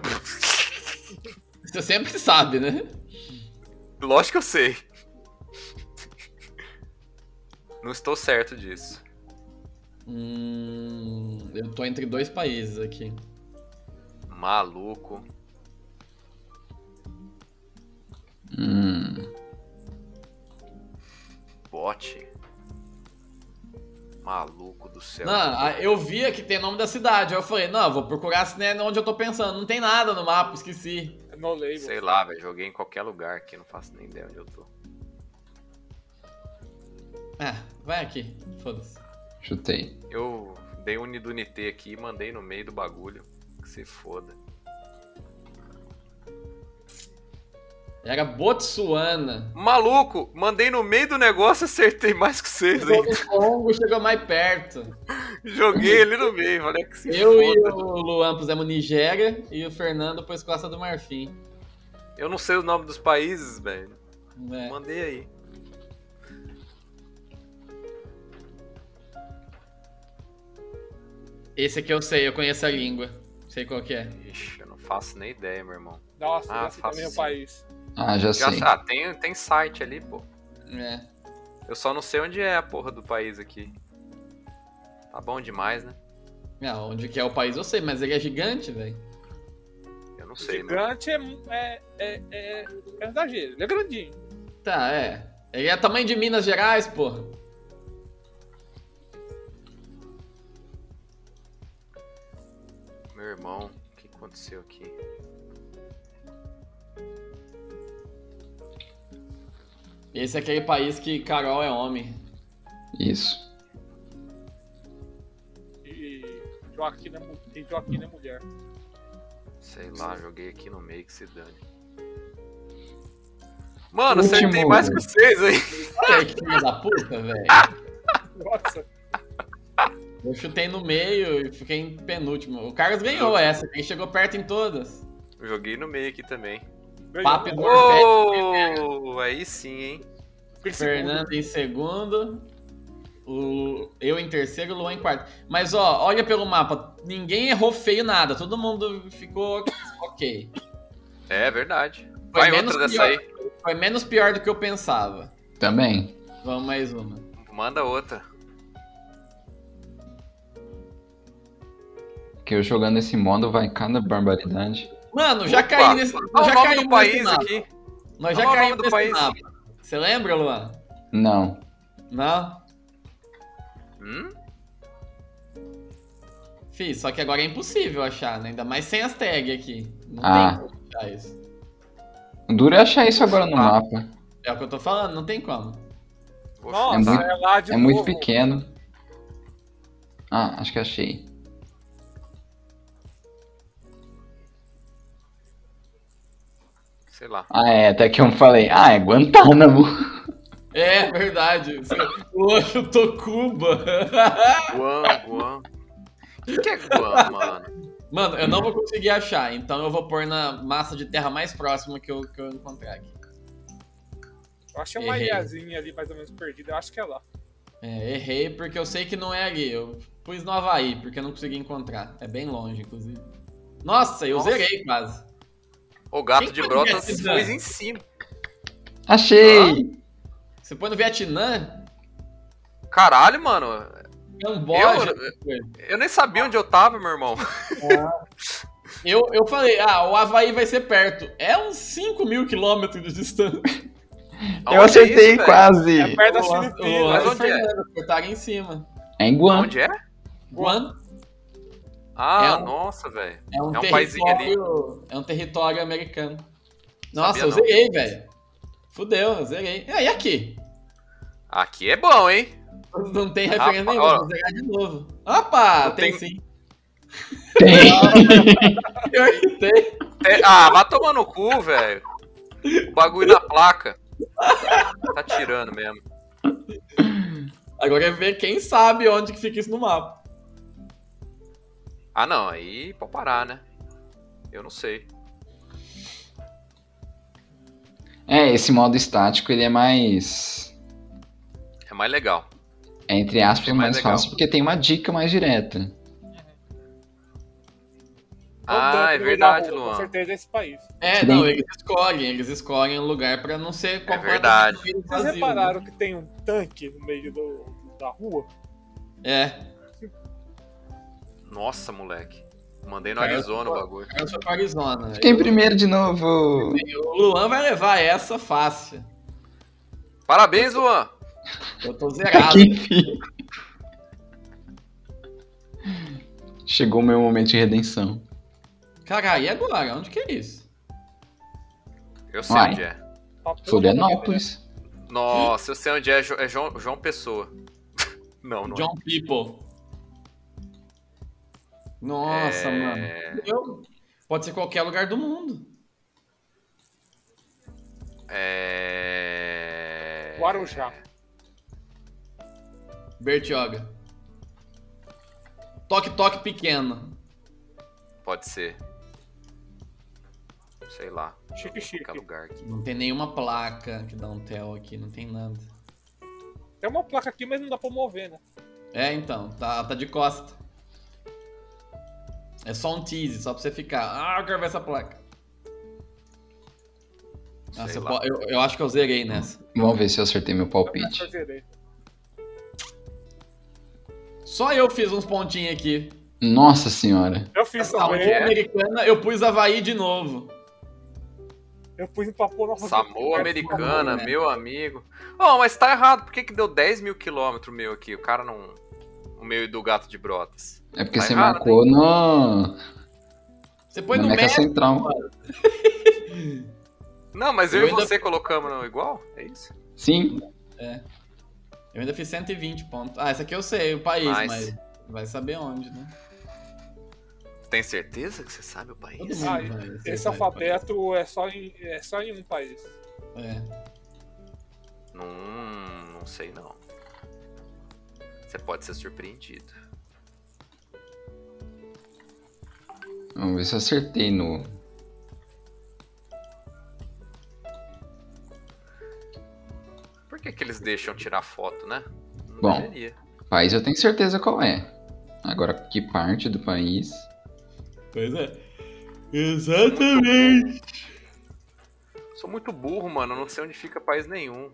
Você sempre sabe, né? lógico que eu sei. Não estou certo disso. Hum, eu tô entre dois países aqui. Maluco. Hum, Bote. Maluco do céu. Não, a- eu via que tem nome da cidade. Aí eu falei, não, eu vou procurar se né, onde eu tô pensando. Não tem nada no mapa, esqueci. É no label. Sei lá, velho. Joguei em qualquer lugar aqui, não faço nem ideia onde eu tô. Ah, vai aqui. Foda-se. chutei. Eu dei um Nidunité aqui e mandei no meio do bagulho. Que se foda. Era Botsuana. Maluco, mandei no meio do negócio e acertei mais que vocês, Chegou hein? no Congo, chegou mais perto. Joguei ali no meio, falei "É que se Eu e foda. o Luan pusemos Nigéria e o Fernando pôs Costa do Marfim. Eu não sei o nome dos países, velho. né? Mandei aí. Esse aqui eu sei, eu conheço a língua. Sei qual que é. Ixi, eu não faço nem ideia, meu irmão. Nossa, Ah, já sei também faço o sim. país. Ah, já, Já, sei. ah, tem, tem site ali, pô. É. Eu só não sei onde é a porra do país aqui. Tá bom demais, né? É, onde que é o país eu sei, mas ele é gigante, velho. Eu não sei, mano. Gigante é, é, é, é, é exagero, ele é grandinho. Tá, é. Ele é tamanho de Minas Gerais, porra. Meu irmão, o que aconteceu aqui? Esse é aquele país que Carol é homem. Isso. E Joaquim é, mu- e Joaquim é mulher. Sei lá, joguei aqui no meio que se dane. Mano, Último. acertei mais que vocês aí. Olha que filho da puta, velho. Nossa, Eu chutei no meio e fiquei em penúltimo. O Carlos ganhou essa, quem chegou perto em todas. Joguei no meio aqui também. ganhou. Papo do Oh, aí sim, hein? Fiquei segundo. Fernando em segundo. O, eu em terceiro, o Luan em quarto. Mas ó, olha pelo mapa, ninguém errou feio nada, todo mundo ficou ok. É verdade. Foi Vai menos outra dessa pior. aí. Foi menos pior do que eu pensava. Também. Vamos mais uma. Manda outra. Que eu jogando esse modo vai cada barbaridade. Mano, já Opa, caí nesse. Olha Nós o já nome caímos do nesse país mapa. aqui. Nós Olha já o nome caímos do nesse país. mapa. Você lembra, Luan? Não. Não? Hum? Fih, só que agora é impossível achar, né? Ainda mais sem as tags aqui. Não Ah. tem como achar isso. O duro é achar isso agora no mapa. É o que eu tô falando, não tem como. Vou Nossa, É chutar. muito- é lá de É muito novo. pequeno. Ah, acho que achei. Sei lá. Ah, é, até que eu falei, ah, é Guantánamo. É, verdade. O Luan chutou Cuba. Guam, Guam. O que, que é Guam, mano? Mano, eu não vou conseguir achar, então eu vou pôr na massa de terra mais próxima que eu, que eu encontrar aqui. Eu achei uma Errei. ilhazinha ali mais ou menos perdida, eu acho que é lá. É, errei porque eu sei que não é ali. Eu pus no Havaí, porque eu não consegui encontrar. É bem longe, inclusive. Nossa, eu Nossa. zerei quase. O gato Quem de foi brotas esse, Dan? foi em cima. Achei! Você põe no Vietnã, é um Caralho, mano. Camboja. Eu nem sabia onde eu tava, meu irmão. Eu, eu falei, ah, o Havaí vai ser perto. É uns 5 mil quilômetros de distância. Aonde eu é acertei isso, velho? quase! É perto das O- o- Filipinas. Tá Mas o onde é? Fernando, cortaram em cima. É em Guam. Onde é? Guam Ah, É um- nossa, velho. é um, É um paizinho território. É um território americano. Nossa, Sabia eu não. zerei, velho. Fudeu, eu zerei. É, e aqui? Aqui é bom, hein? Não tem Rapaz, referência nenhuma, Ah, ó. vou zerar de novo. Opa, Não tem, tem- sim. Tem! Pior que tem. É- ah, vai tomar no cu, velho. O bagulho na placa. Tá tirando mesmo. Agora é ver quem sabe onde que fica isso no mapa. Ah, não, aí pode parar, né? Eu não sei. É, esse modo estático ele é mais. É mais legal. É entre aspas, É mais mais, legal. fácil, porque tem uma dica mais direta. Ah, Andando é no meio verdade, da rua, Com Luan. certeza é esse país. É, Sim. não, eles escolhem, eles escolhem um lugar pra não ser É verdade. vazio, Vocês né? repararam que tem um tanque no meio do- da rua? É, Nossa, moleque. Mandei no Cara, Arizona o bagulho. eu sou pra é Arizona. né? Fiquei em primeiro de novo! Eu- O Luan vai levar essa fácil. Parabéns, Luan. Eu tô zerado. Que enfim! Chegou o meu momento de redenção. Caralho, e agora? Onde que é isso? Eu sei Vai. onde é. Papo Tá todo Florianópolis. Nossa, eu sei onde é. Jo- É João, João Pessoa. Não, não. é. John People. Nossa, mano. é... Eu- Pode ser qualquer lugar do mundo. É. Guarujá. Bertioga. Toque, toque pequeno. Pode ser. Sei lá. Chique, Deixa eu ver chique. qualquer lugar aqui. Não tem nenhuma placa que dá um tel aqui, não tem nada. Tem uma placa aqui, mas não dá pra mover, né? É, então, tá, tá de costa. É só um tease, só pra você ficar. Ah, eu quero ver essa placa. Sei Nossa, eu, lá. po- eu, eu acho que eu zerei nessa. Vamos ver se eu acertei meu Eu quero palpite. fazer ele. Só eu fiz uns pontinhos aqui. Nossa senhora. Eu fiz A também. Samoa americana, eu pus Havaí de novo. Eu pus em papo nossa. Samoa americana, né? meu amigo. Ó, mas tá errado. Por que, que deu 10 mil quilômetros meu aqui? O cara não. O meu e do gato de brotas. É porque Tá você errado, marcou no, Você põe na no Meca México. Central. Não, mas eu, Eu e ainda- você colocamos no igual? É isso? Sim, Eu ainda fiz 120 pontos. Ah, esse aqui eu sei, o país, Nice. mas vai saber onde, né? Tem certeza que você sabe o país? Todo mundo Ah, vai- vai- Esse vai- alfabeto é só, em, é só em um país. É. Não, não sei não. Você pode ser surpreendido. vamos ver se eu acertei no. Por que, que eles deixam tirar foto, né? Não Bom. deveria. País eu tenho certeza qual é. Agora, que parte do país? Pois é. Exatamente. Sou muito burro, mano. eu Não sei onde fica país nenhum.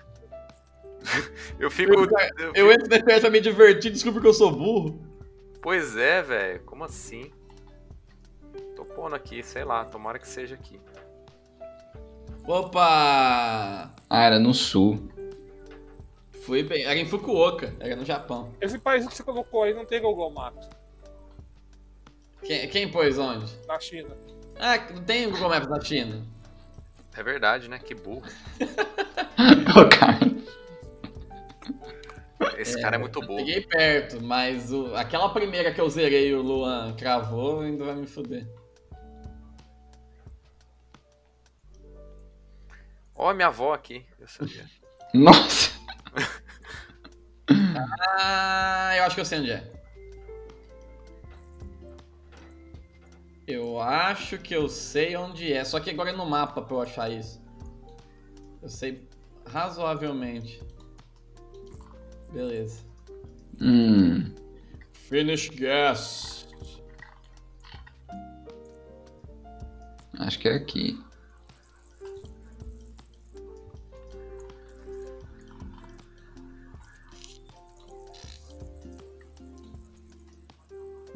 eu fico. eu Eu entro nesse teste pra me divertir, desculpa que eu sou burro. Pois é, velho. Como assim? Tô pondo aqui, sei lá. Tomara que seja aqui. Opa! Ah, era no sul. Fui bem. Era em Fukuoka, era no Japão. Esse país que você colocou aí não tem Google Maps. Quem, quem pôs onde? Na China. Ah, não tem o Google Maps na China. É verdade, né? Que burro. Ô, cara. Esse cara é muito burro. Cheguei perto, mas o- aquela primeira que eu zerei o Luan cravou ainda vai me fuder. Ó, minha avó aqui. Eu sabia. Nossa! Ah, eu acho que eu sei onde é. Eu acho que eu sei onde é, só que agora é no mapa pra eu achar isso. Eu sei razoavelmente. Beleza. Hum. Finish guess. Acho que é aqui.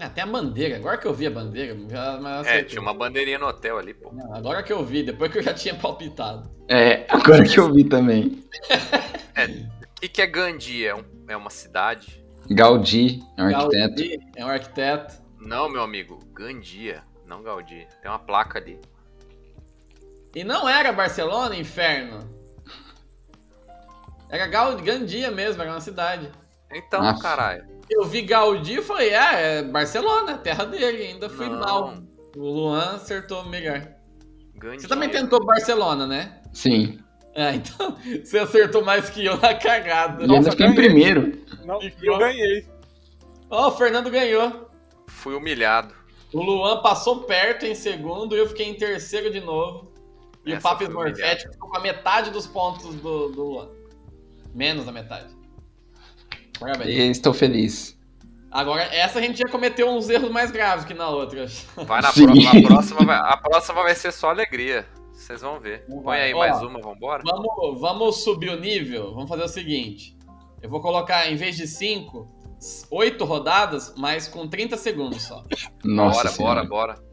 Ah, tem a bandeira. Agora que eu vi a bandeira, já, mas eu É, acertei. tinha uma bandeirinha no hotel ali, pô. Não, agora que eu vi, depois que eu já tinha palpitado. É, agora que eu vi também. O que, que é Gandhi? É, um- é uma cidade? Gaudí é um arquiteto. Gaudí É um arquiteto. Não, meu amigo. Gandia, não Gaudí. Tem uma placa ali. E não era Barcelona, inferno. Era Gaud Gandia mesmo, era uma cidade. Então, Nossa. caralho. Eu vi Gaudí e falei, ah, é Barcelona, terra dele, ainda fui Não. mal. O Luan acertou melhor. Gandia. Você também tentou Barcelona, né? Sim. Ah, então você acertou mais que eu na cagada. E ainda fiquei em primeiro. Não, E eu ganhei. Ó, o Fernando ganhou. Fui humilhado. O Luan passou perto em segundo, eu fiquei em terceiro de novo. E o Essa Papo foi humilhante. Morfético ficou com a metade dos pontos do, do Luan. Menos da metade. Parabéns. E estou feliz. Agora, essa a gente já cometeu uns erros mais graves que na outra. Vai na Sim. próxima. A próxima vai, a próxima vai ser só alegria. Vocês vão ver. Não Põe vai. aí Ó. mais uma, vambora? Vamos, vamos subir o nível? Vamos fazer o seguinte. Eu vou colocar, em vez de 5, 8 rodadas, mas com 30 segundos só. Nossa bora, senhora. bora, bora.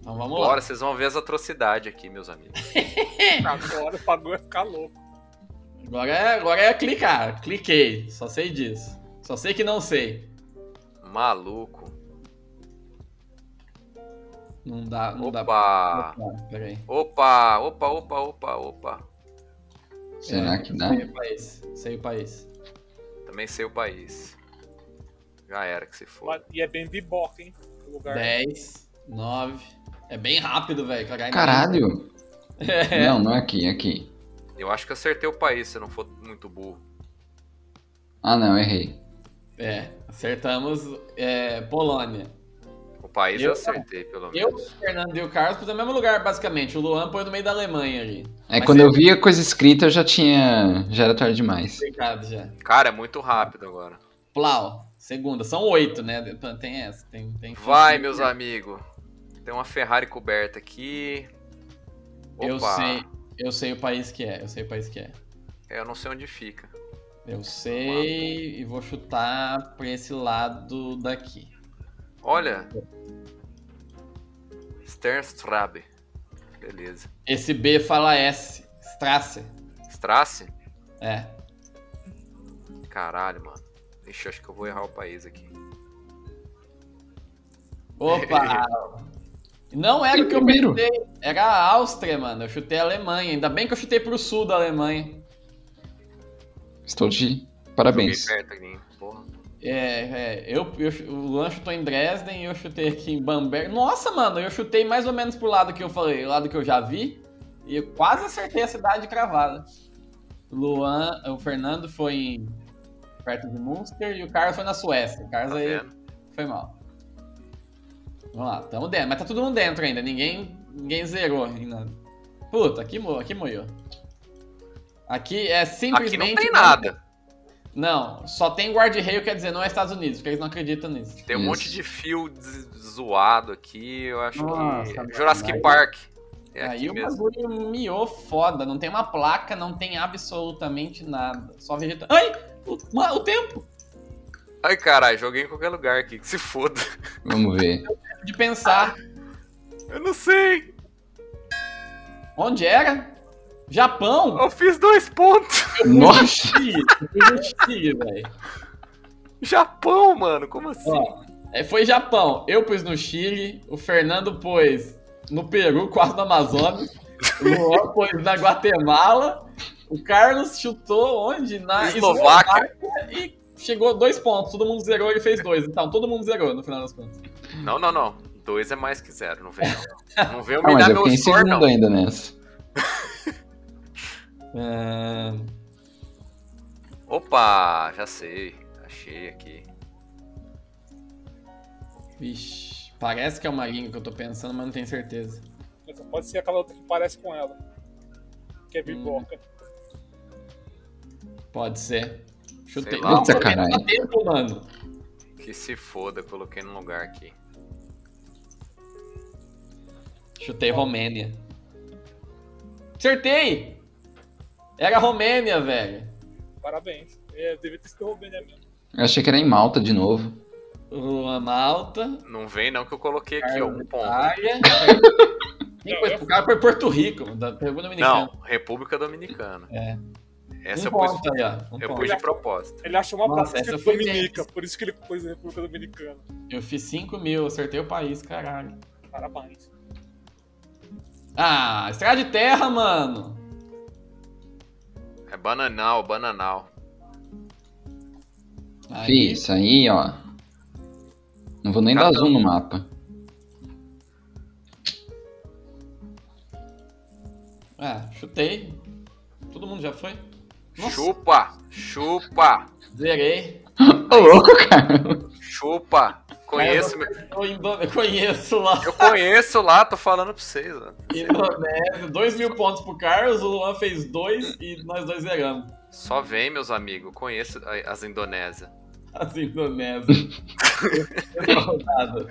Então vamos lá. Bora, vocês vão ver as atrocidades aqui, meus amigos. Agora o Pagão ia ficar louco. Agora é, agora é clicar. Cliquei. Só sei disso. Só sei que não sei. Maluco. Não dá, não dá. Opa! Opa, Peraí. Opa, opa, opa, opa, opa. Será que né? dá? Sei o país. Sei o país. Também sei o país. Já era que se for. Mas- E é bem biboca, hein? O lugar. É. 10, 9. É bem rápido, velho. Caralho. Caralho! É. Não, não é aqui, é aqui. Eu acho que acertei o país, se eu não for muito burro. Ah, não, errei. É, acertamos é, Polônia. O país eu, Eu- acertei, pelo Eu, o menos. Fernando e o Carlos pôs no mesmo lugar, basicamente. O Luan põe no meio da Alemanha ali. É Mas quando é- eu vi a coisa escrita, eu já tinha. Já era tarde demais. Obrigado já. Cara, é muito rápido agora. Plau, segunda. São oito, né? Tem essa. Tem, tem Vai, meus né? amigos. Tem uma Ferrari coberta aqui. Opa. Eu sei, eu sei o país que é. Eu sei o país que é. É, Eu não sei onde fica. Eu então. sei e vou chutar pra esse lado daqui. Olha. Sternstrabe. Beleza. Esse B fala S. Strasse. Strasse? É. Caralho, mano. Ixi, acho que eu vou errar o país aqui. Opa! Não era o que eu Primeiro. pensei. Era a Áustria, mano. Eu chutei a Alemanha. Ainda bem que eu chutei pro sul da Alemanha. Estou de parabéns. Joguei perto aqui, porra. É, é eu, eu, chu- o Luan chutou em Dresden e eu chutei aqui em Bamberg. Nossa, mano, eu chutei mais ou menos pro lado que eu falei, o lado que eu já vi. E eu quase acertei a cidade cravada. Luan, o Fernando foi em, perto de Münster e o Carlos foi na Suécia. O Carlos Tá aí vendo? foi mal. Vamos lá, tamo dentro. Mas tá todo mundo dentro ainda, ninguém, ninguém zerou ainda. Puta, aqui, mo- aqui moiou. Aqui é simplesmente. Aqui não tem nada. Não, só tem guarda-reio, quer dizer, não é Estados Unidos, porque eles não acreditam nisso. Tem um Isso. monte de fio des- zoado aqui. Eu acho Nossa, que. mano, Jurassic aí- Park. É Aí aqui o mesmo. bagulho miou foda, não tem uma placa, não tem absolutamente nada. Só vegeta. Ai! O, ma- o tempo Ai, caralho, joguei em qualquer lugar aqui. Que se foda. Vamos ver. de pensar. Eu não sei. Onde era? Japão? Eu fiz dois pontos. Nossa! Ih, eu pro Chile, velho. Japão, mano. Como assim? Ó, é, Foi Japão. Eu pus no Chile, o Fernando pôs no Peru, quase no Amazonas. O Luan pôs na Guatemala. O Carlos chutou onde? Na Eslováquia. e chegou a dois pontos. Todo mundo zerou e fez dois. Então, todo mundo zerou no final das contas. Não, não, não. Dois é mais que zero. Não vem, não. Não vem Ah, mas humilhar eu meu fiquei em score, não. segundo ainda nessa. Ah. Opa, já sei. Achei aqui. Vixe, parece que é uma língua que eu tô pensando, mas não tenho certeza. Mas só pode ser aquela outra que parece com ela. Que é Hum. biboca. Pode ser. Chutei. Sei lá, Nossa, mano. cara, dá tempo, um, mano. Que se foda, coloquei no lugar aqui. Chutei Romênia. Acertei! Era Romênia, velho. Parabéns. É, devia ter sido Romênia mesmo. Eu achei que era em Malta de novo. Lua Malta. Não vem, não, que eu coloquei aqui, ó, um ponto. Ah, Itália. Quem foi? O cara foi Porto Rico, da Perú Dominicana. Não, República Dominicana. É. Essa um eu pus, ponto aí, ó. Um eu ponto. pus de propósito. Ele achou uma Nossa, praça essa de foi Dominica, bem. por isso que ele pôs a República Dominicana. Eu fiz 5 mil, acertei o país, caralho. Parabéns. Ah, estrada de terra, mano. É bananal, bananal. Fih, Aí, isso aí, ó. Não vou nem Tá dar bom. zoom no mapa. ah, chutei. Todo mundo já foi? Nossa. Chupa, chupa, Zerei. Ô, louco, cara. chupa. Conheço, meu- Eu, indo- eu conheço lá. eu conheço lá, tô falando pra vocês, mano. Indonésia. 2 mil pontos pro Carlos, o Luan fez dois e nós dois zeramos. Só vem, meus amigos, eu conheço a- as Indonésias. As Indonésias. Terceira rodada.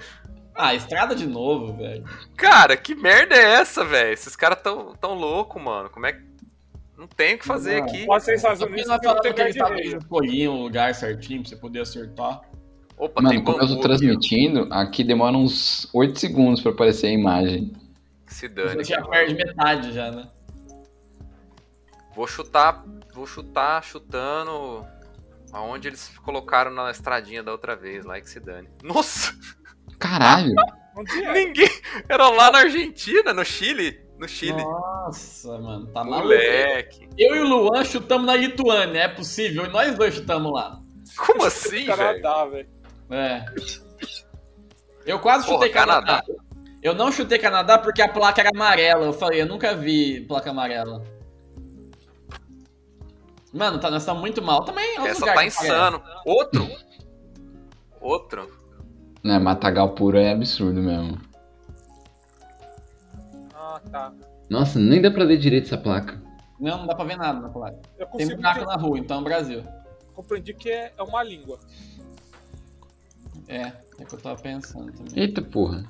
ah, estrada de novo, velho. Cara, que merda é essa, velho? Esses caras tão, tão louco, mano. Como é que. Não tem o que fazer Não. é aqui. Pode ser Estados Só porque Unidos, nós porque não tem falamos que eles guerra de estavam rei. escolhiam o um lugar certinho pra você poder acertar. Opa, tem Mano, como é eu bambu. tô aqui, transmitindo, aqui demora uns 8 segundos pra aparecer a imagem. ó. Se Você dane. já cara. perde metade já, né? Vou chutar, vou chutar, chutando aonde eles colocaram na estradinha da outra vez, lá que se dane. Nossa, Caralho! Onde é? ninguém. Era lá na Argentina, no Chile. No Chile. Nossa, mano, tá maluco. Moleque. Eu e o Luan chutamos na Lituânia, é possível. E nós dois chutamos lá. Como assim, tá- velho? Canadá, velho. É. Eu quase Porra, chutei Canadá. Canadá. Eu não chutei Canadá porque a placa era amarela. Eu falei, eu nunca vi placa amarela. Mano, tá, nós estamos muito mal também. olha os Essa lugares tá que aparece. insano. Outro? Outro? Né, matagal puro é absurdo mesmo. Ah, tá. Nossa, nem dá pra ler direito essa placa. né? Não, não dá pra ver nada na placa. Eu Tem consigo buraco entender- na rua, então Brasil. compreendi que é, é uma língua. É, é o que eu tava pensando também. Eita porra.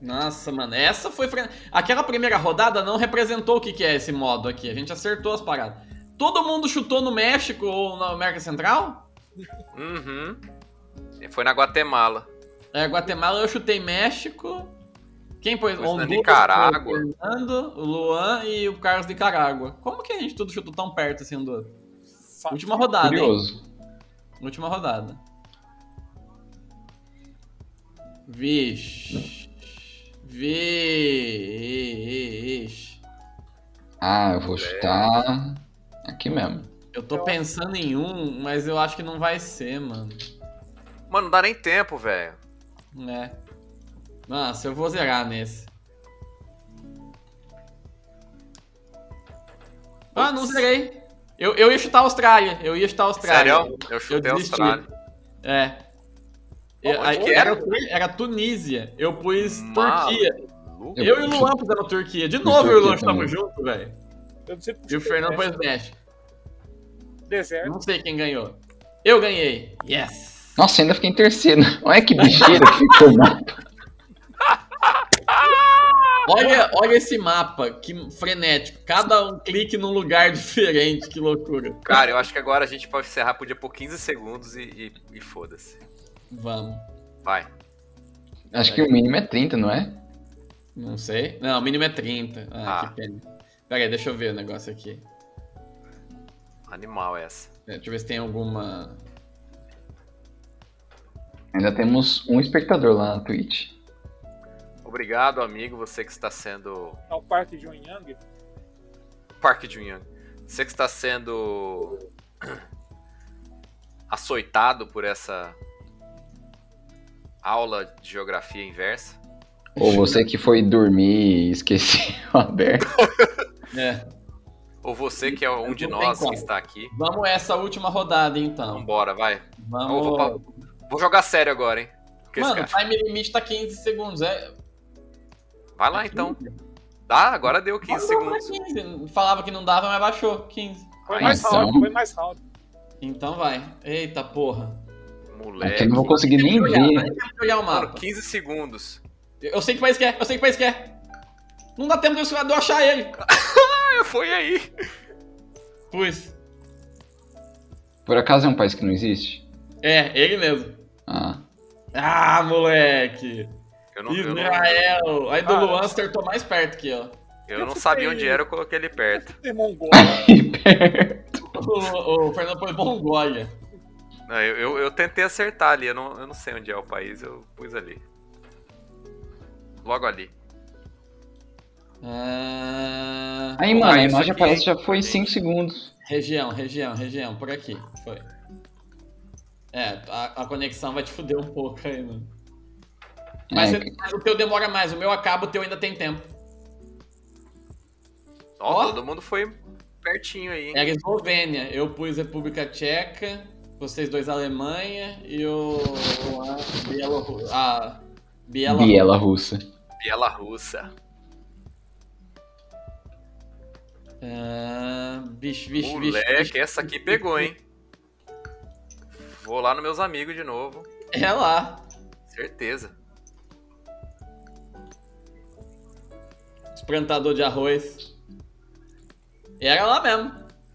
Nossa, mano, essa foi. fre- Aquela primeira rodada não representou o que, que é esse modo aqui. A gente acertou as paradas. Todo mundo chutou no México ou na América Central? Uhum. Foi na Guatemala. É, Guatemala eu chutei México. Quem pôs? Pôs na Nicarágua. foi o Fernando, o Luan e o Carlos de Nicarágua. Como que a gente tudo chutou tão perto assim um do outro? Última rodada, hein? Curioso. Última rodada. Vixe. Vixe. Ah, eu vou chutar aqui mesmo. Eu tô pensando em um, mas eu acho que não vai ser, mano. Mano, não dá nem tempo, velho. É. Nossa, eu vou zerar nesse. Ah, não zerei. Eu, eu ia chutar a Austrália. Eu ia chutar a Austrália. Sério? Eu chutei a desisti. Austrália. É. Eu- mas aí que era, era? Tu- era Tunísia. Eu pus Maluco. Turquia. Lu- Eu, e o Luan pusemos Turquia. De E novo eu e o Luan Turquia também. estamos juntos, velho. Eu não sei é E o Fernando pôs México. Deserto. Não sei quem ganhou. Eu ganhei. Yes. Nossa, ainda fiquei em terceiro. Olha que bicheira que ficou o mapa. Olha, olha esse mapa, que frenético. Cada um clique num lugar diferente, que loucura. Cara, eu acho que agora a gente pode encerrar, podia por 15 segundos e, e, e foda-se. Vamos. Vai. Acho que o mínimo é 30, não é? Não sei. Não, o mínimo é 30. Ah, Hum. Ah. que pena. Pera aí, deixa eu ver o negócio aqui. Animal essa. É, Deixa eu ver se tem alguma. Ainda temos um espectador lá na Twitch. Obrigado, amigo, você que está sendo. É o Parque de Unyang. Park Jun Você que está sendo. açoitado por essa. aula de geografia inversa. Ou você que foi dormir e esqueceu aberto. É. Ou você que é um de Não tem nós como. que está aqui. Vamos essa última rodada, então. Vambora, vai. Eu Vamos. vou, pra- vou jogar sério agora, hein? Porque esse Mano, o cara- time limite tá 15 segundos. É... Vai lá então. Dá, agora deu 15 segundos. 15. é Falava que não dava, mas baixou. 15. Foi Ah, mais então. round, foi mais round. Então vai. Eita porra. Aqui Moleque. eu não vou conseguir nem ver. Deixa eu olhar o Mano, mapa. 15 segundos. Eu sei que país que é, eu sei que país que é. Não dá tempo de eu de eu achar ele. Ah, foi aí. Pus. Por acaso é um país que não existe? É, ele mesmo. Ah. Ah, moleque. Eu não, eu não, Israel. Aí do Ah. Luan acertou mais perto aqui, ó. eu não sabia onde era, eu coloquei ele perto. De Mongólia. O, o Fernando foi Mongólia. Não, eu, eu, eu tentei acertar ali, eu não, eu não sei onde é o país, eu pus ali. Logo ali. Ah, Aí, Pô, mano, a mas isso imagem aqui, aparece já foi gente. 5 segundos. região, região, região, por aqui. Foi. É, a, a conexão vai te fuder um pouco aí, mano. Mas, É, você- mas o teu demora mais, o meu acaba, o teu ainda tem tempo. Ó, Ó. É. todo mundo foi pertinho aí, hein? Era Eslovênia, eu pus República Tcheca, vocês dois Alemanha e o. a Bielorru- A Bielorrússia. Biela russa. Biela russa. Ah, bicho, bicho, bicho, bicho. Moleque, essa aqui pegou, hein? Vou lá nos meus amigos de novo. É lá. Certeza. Plantador de arroz. Era lá mesmo.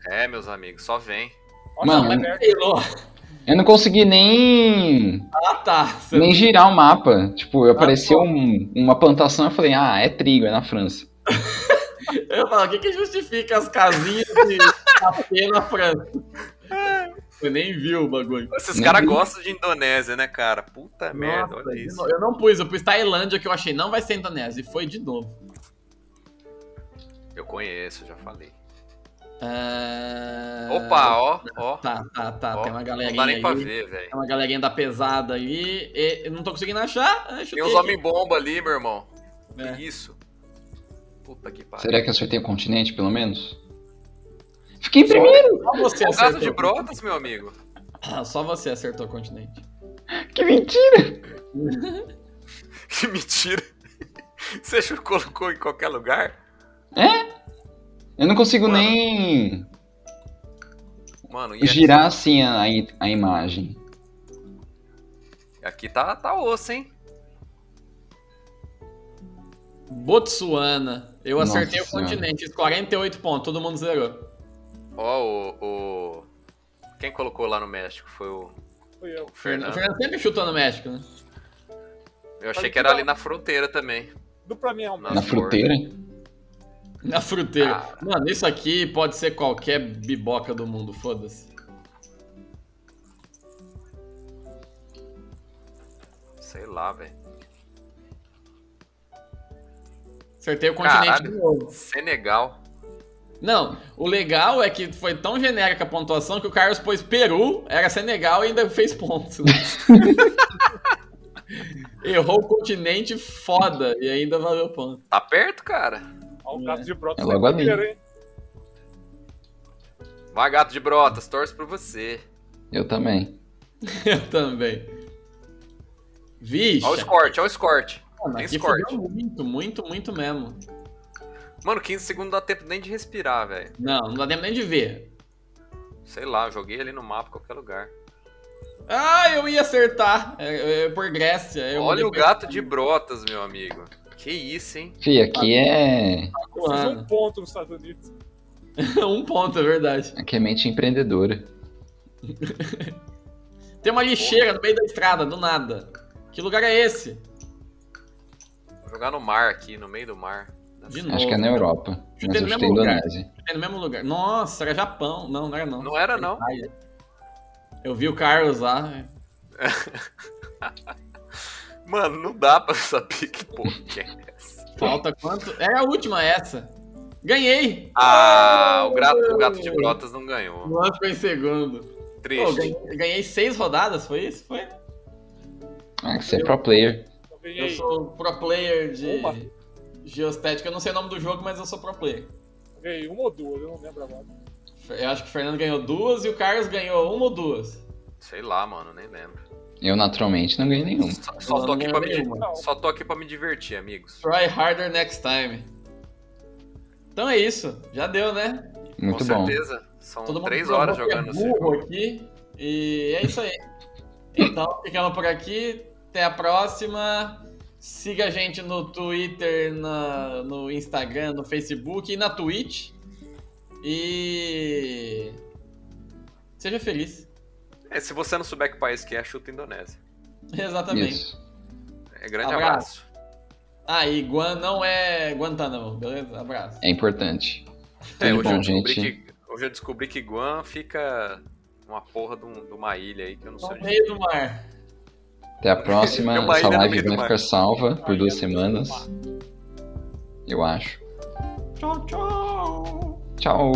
É, meus amigos, só vem. Olha, Mano. deserto. Pelou. Eu não consegui nem, Ah, tá. Você- nem girar o mapa. Tipo, apareceu um- uma plantação eu falei, ah, é trigo, é na França. Eu falo, o que, que justifica as casinhas de café na França? Você nem viu o bagulho. Esses Nem caras vi. gostam de Indonésia, né, cara? Puta merda, Nossa, olha de isso. novo. Eu não pus, eu pus Tailândia que eu achei não vai ser Indonésia. E foi de novo. Eu conheço, já falei. Ah, Opa, ó, ó. Tá, tá, tá. ó. Tem uma não galerinha dá nem pra aí. ver, velho. Tem uma galerinha da pesada aí. E, eu não tô conseguindo achar. Ah, Tem chutei uns aqui. homem-bomba ali, meu irmão. É. Que isso? Puta que pariu. Será que eu acertei o continente, pelo menos? Fiquei em primeiro! Só você tá O caso de acertou. brotas, meu amigo. Ah, Só você acertou o continente. Que mentira! Que mentira. Você já colocou em qualquer lugar? Eu não consigo Mano. nem Mano, e aqui, girar assim a, a imagem. aqui tá, tá osso, hein? Botsuana. Eu Nossa acertei o Senhora. continente, fiz 48 pontos, todo mundo zerou. Ó, o, o- Quem colocou lá no México foi o. Fui eu. Fernando. Fernando. O Fernando sempre chutou no México, né? Eu achei que era um ali na fronteira também. Dupla minha alma. Na Nossa, fruteira? Na fruteira. Ah. Mano, isso aqui pode ser qualquer biboca do mundo, foda-se. Sei lá, velho. Acertei o continente de Caralho. novo. Senegal. Não, o legal é que foi tão genérica a pontuação que o Carlos pôs Peru, era Senegal e ainda fez pontos. né? Errou o continente foda e ainda valeu ponto. Tá perto, cara. Ó, o gato de broto É logo a primeiro, minha. hein? Vai, gato de brotas, torce pra você. Eu também. Eu também. Vixe, Ó o escorte, ó o escorte. mano, Tem aqui escorte. fudeu muito, muito, muito mesmo. Mano, 15 segundos não dá tempo nem de respirar, velho. Não, não dá tempo nem de ver. Sei lá, eu joguei ali no mapa, qualquer lugar. Ah, eu ia acertar. É, é, por Grécia. eu Olha mandei o pra gato de brotas, meu amigo. Que isso, hein? Fih, aqui é. Eu fiz um Mano. ponto nos Estados Unidos. um ponto, é verdade. Aqui é mente empreendedora. Tem uma lixeira no meio da estrada, do nada. Que lugar é esse? Vou jogar no mar aqui, no meio do mar. De novo. Acho que é na Europa. Chutei no Mas eu chutei mesmo lugar. Indonésia. É no mesmo lugar. Nossa, era Japão. Não, não era não. Não é era, não. Itália. Eu vi o Carlos lá. Mano, não dá pra saber que porra que é essa. Falta quanto? Era a última essa. Ganhei! Ah, o gato, o gato de brotas não ganhou. Luan ficou em segundo. Pô, Triste. ganhei, ganhei seis rodadas, foi isso? Foi? Ah, que você é pro player. Eu Eu ganhei, sou pro player de Uma. geostética. Eu não sei o nome do jogo, mas eu sou pro player. ganhei uma ou duas, eu não lembro agora. Eu acho que o Fernando ganhou duas e o Carlos ganhou uma ou duas. Sei lá, mano, nem lembro. Eu naturalmente não ganhei nenhum. Só, só tô aqui pra me, Nenhuma. di- só tô aqui pra me divertir, amigos. Try harder next time. Então é isso. Já deu, né? Muito Com bom. certeza. São Todo mundo três provou horas que jogando é esse burro jogo. aqui. E é isso aí. Então, ficamos por aqui. Até a próxima. Siga a gente no Twitter, na- no Instagram, no Facebook e na Twitch. E. Seja feliz. É, se você não souber que país que é, chuta Indonésia. Exatamente. Isso. É grande Abraço. abraço. Ah, e Guan não é Guantanamo, beleza? Abraço. É importante. Tudo É, de hoje, eu bom, descobri gente. que, hoje eu descobri que Guam fica uma porra de, um- de uma ilha aí que eu não sei No onde meio do mar. Até a próxima. Tem uma Essa ilha no live meio do vai mar. ficar salva por duas semanas. Eu acho. Tchau, tchau. Tchau.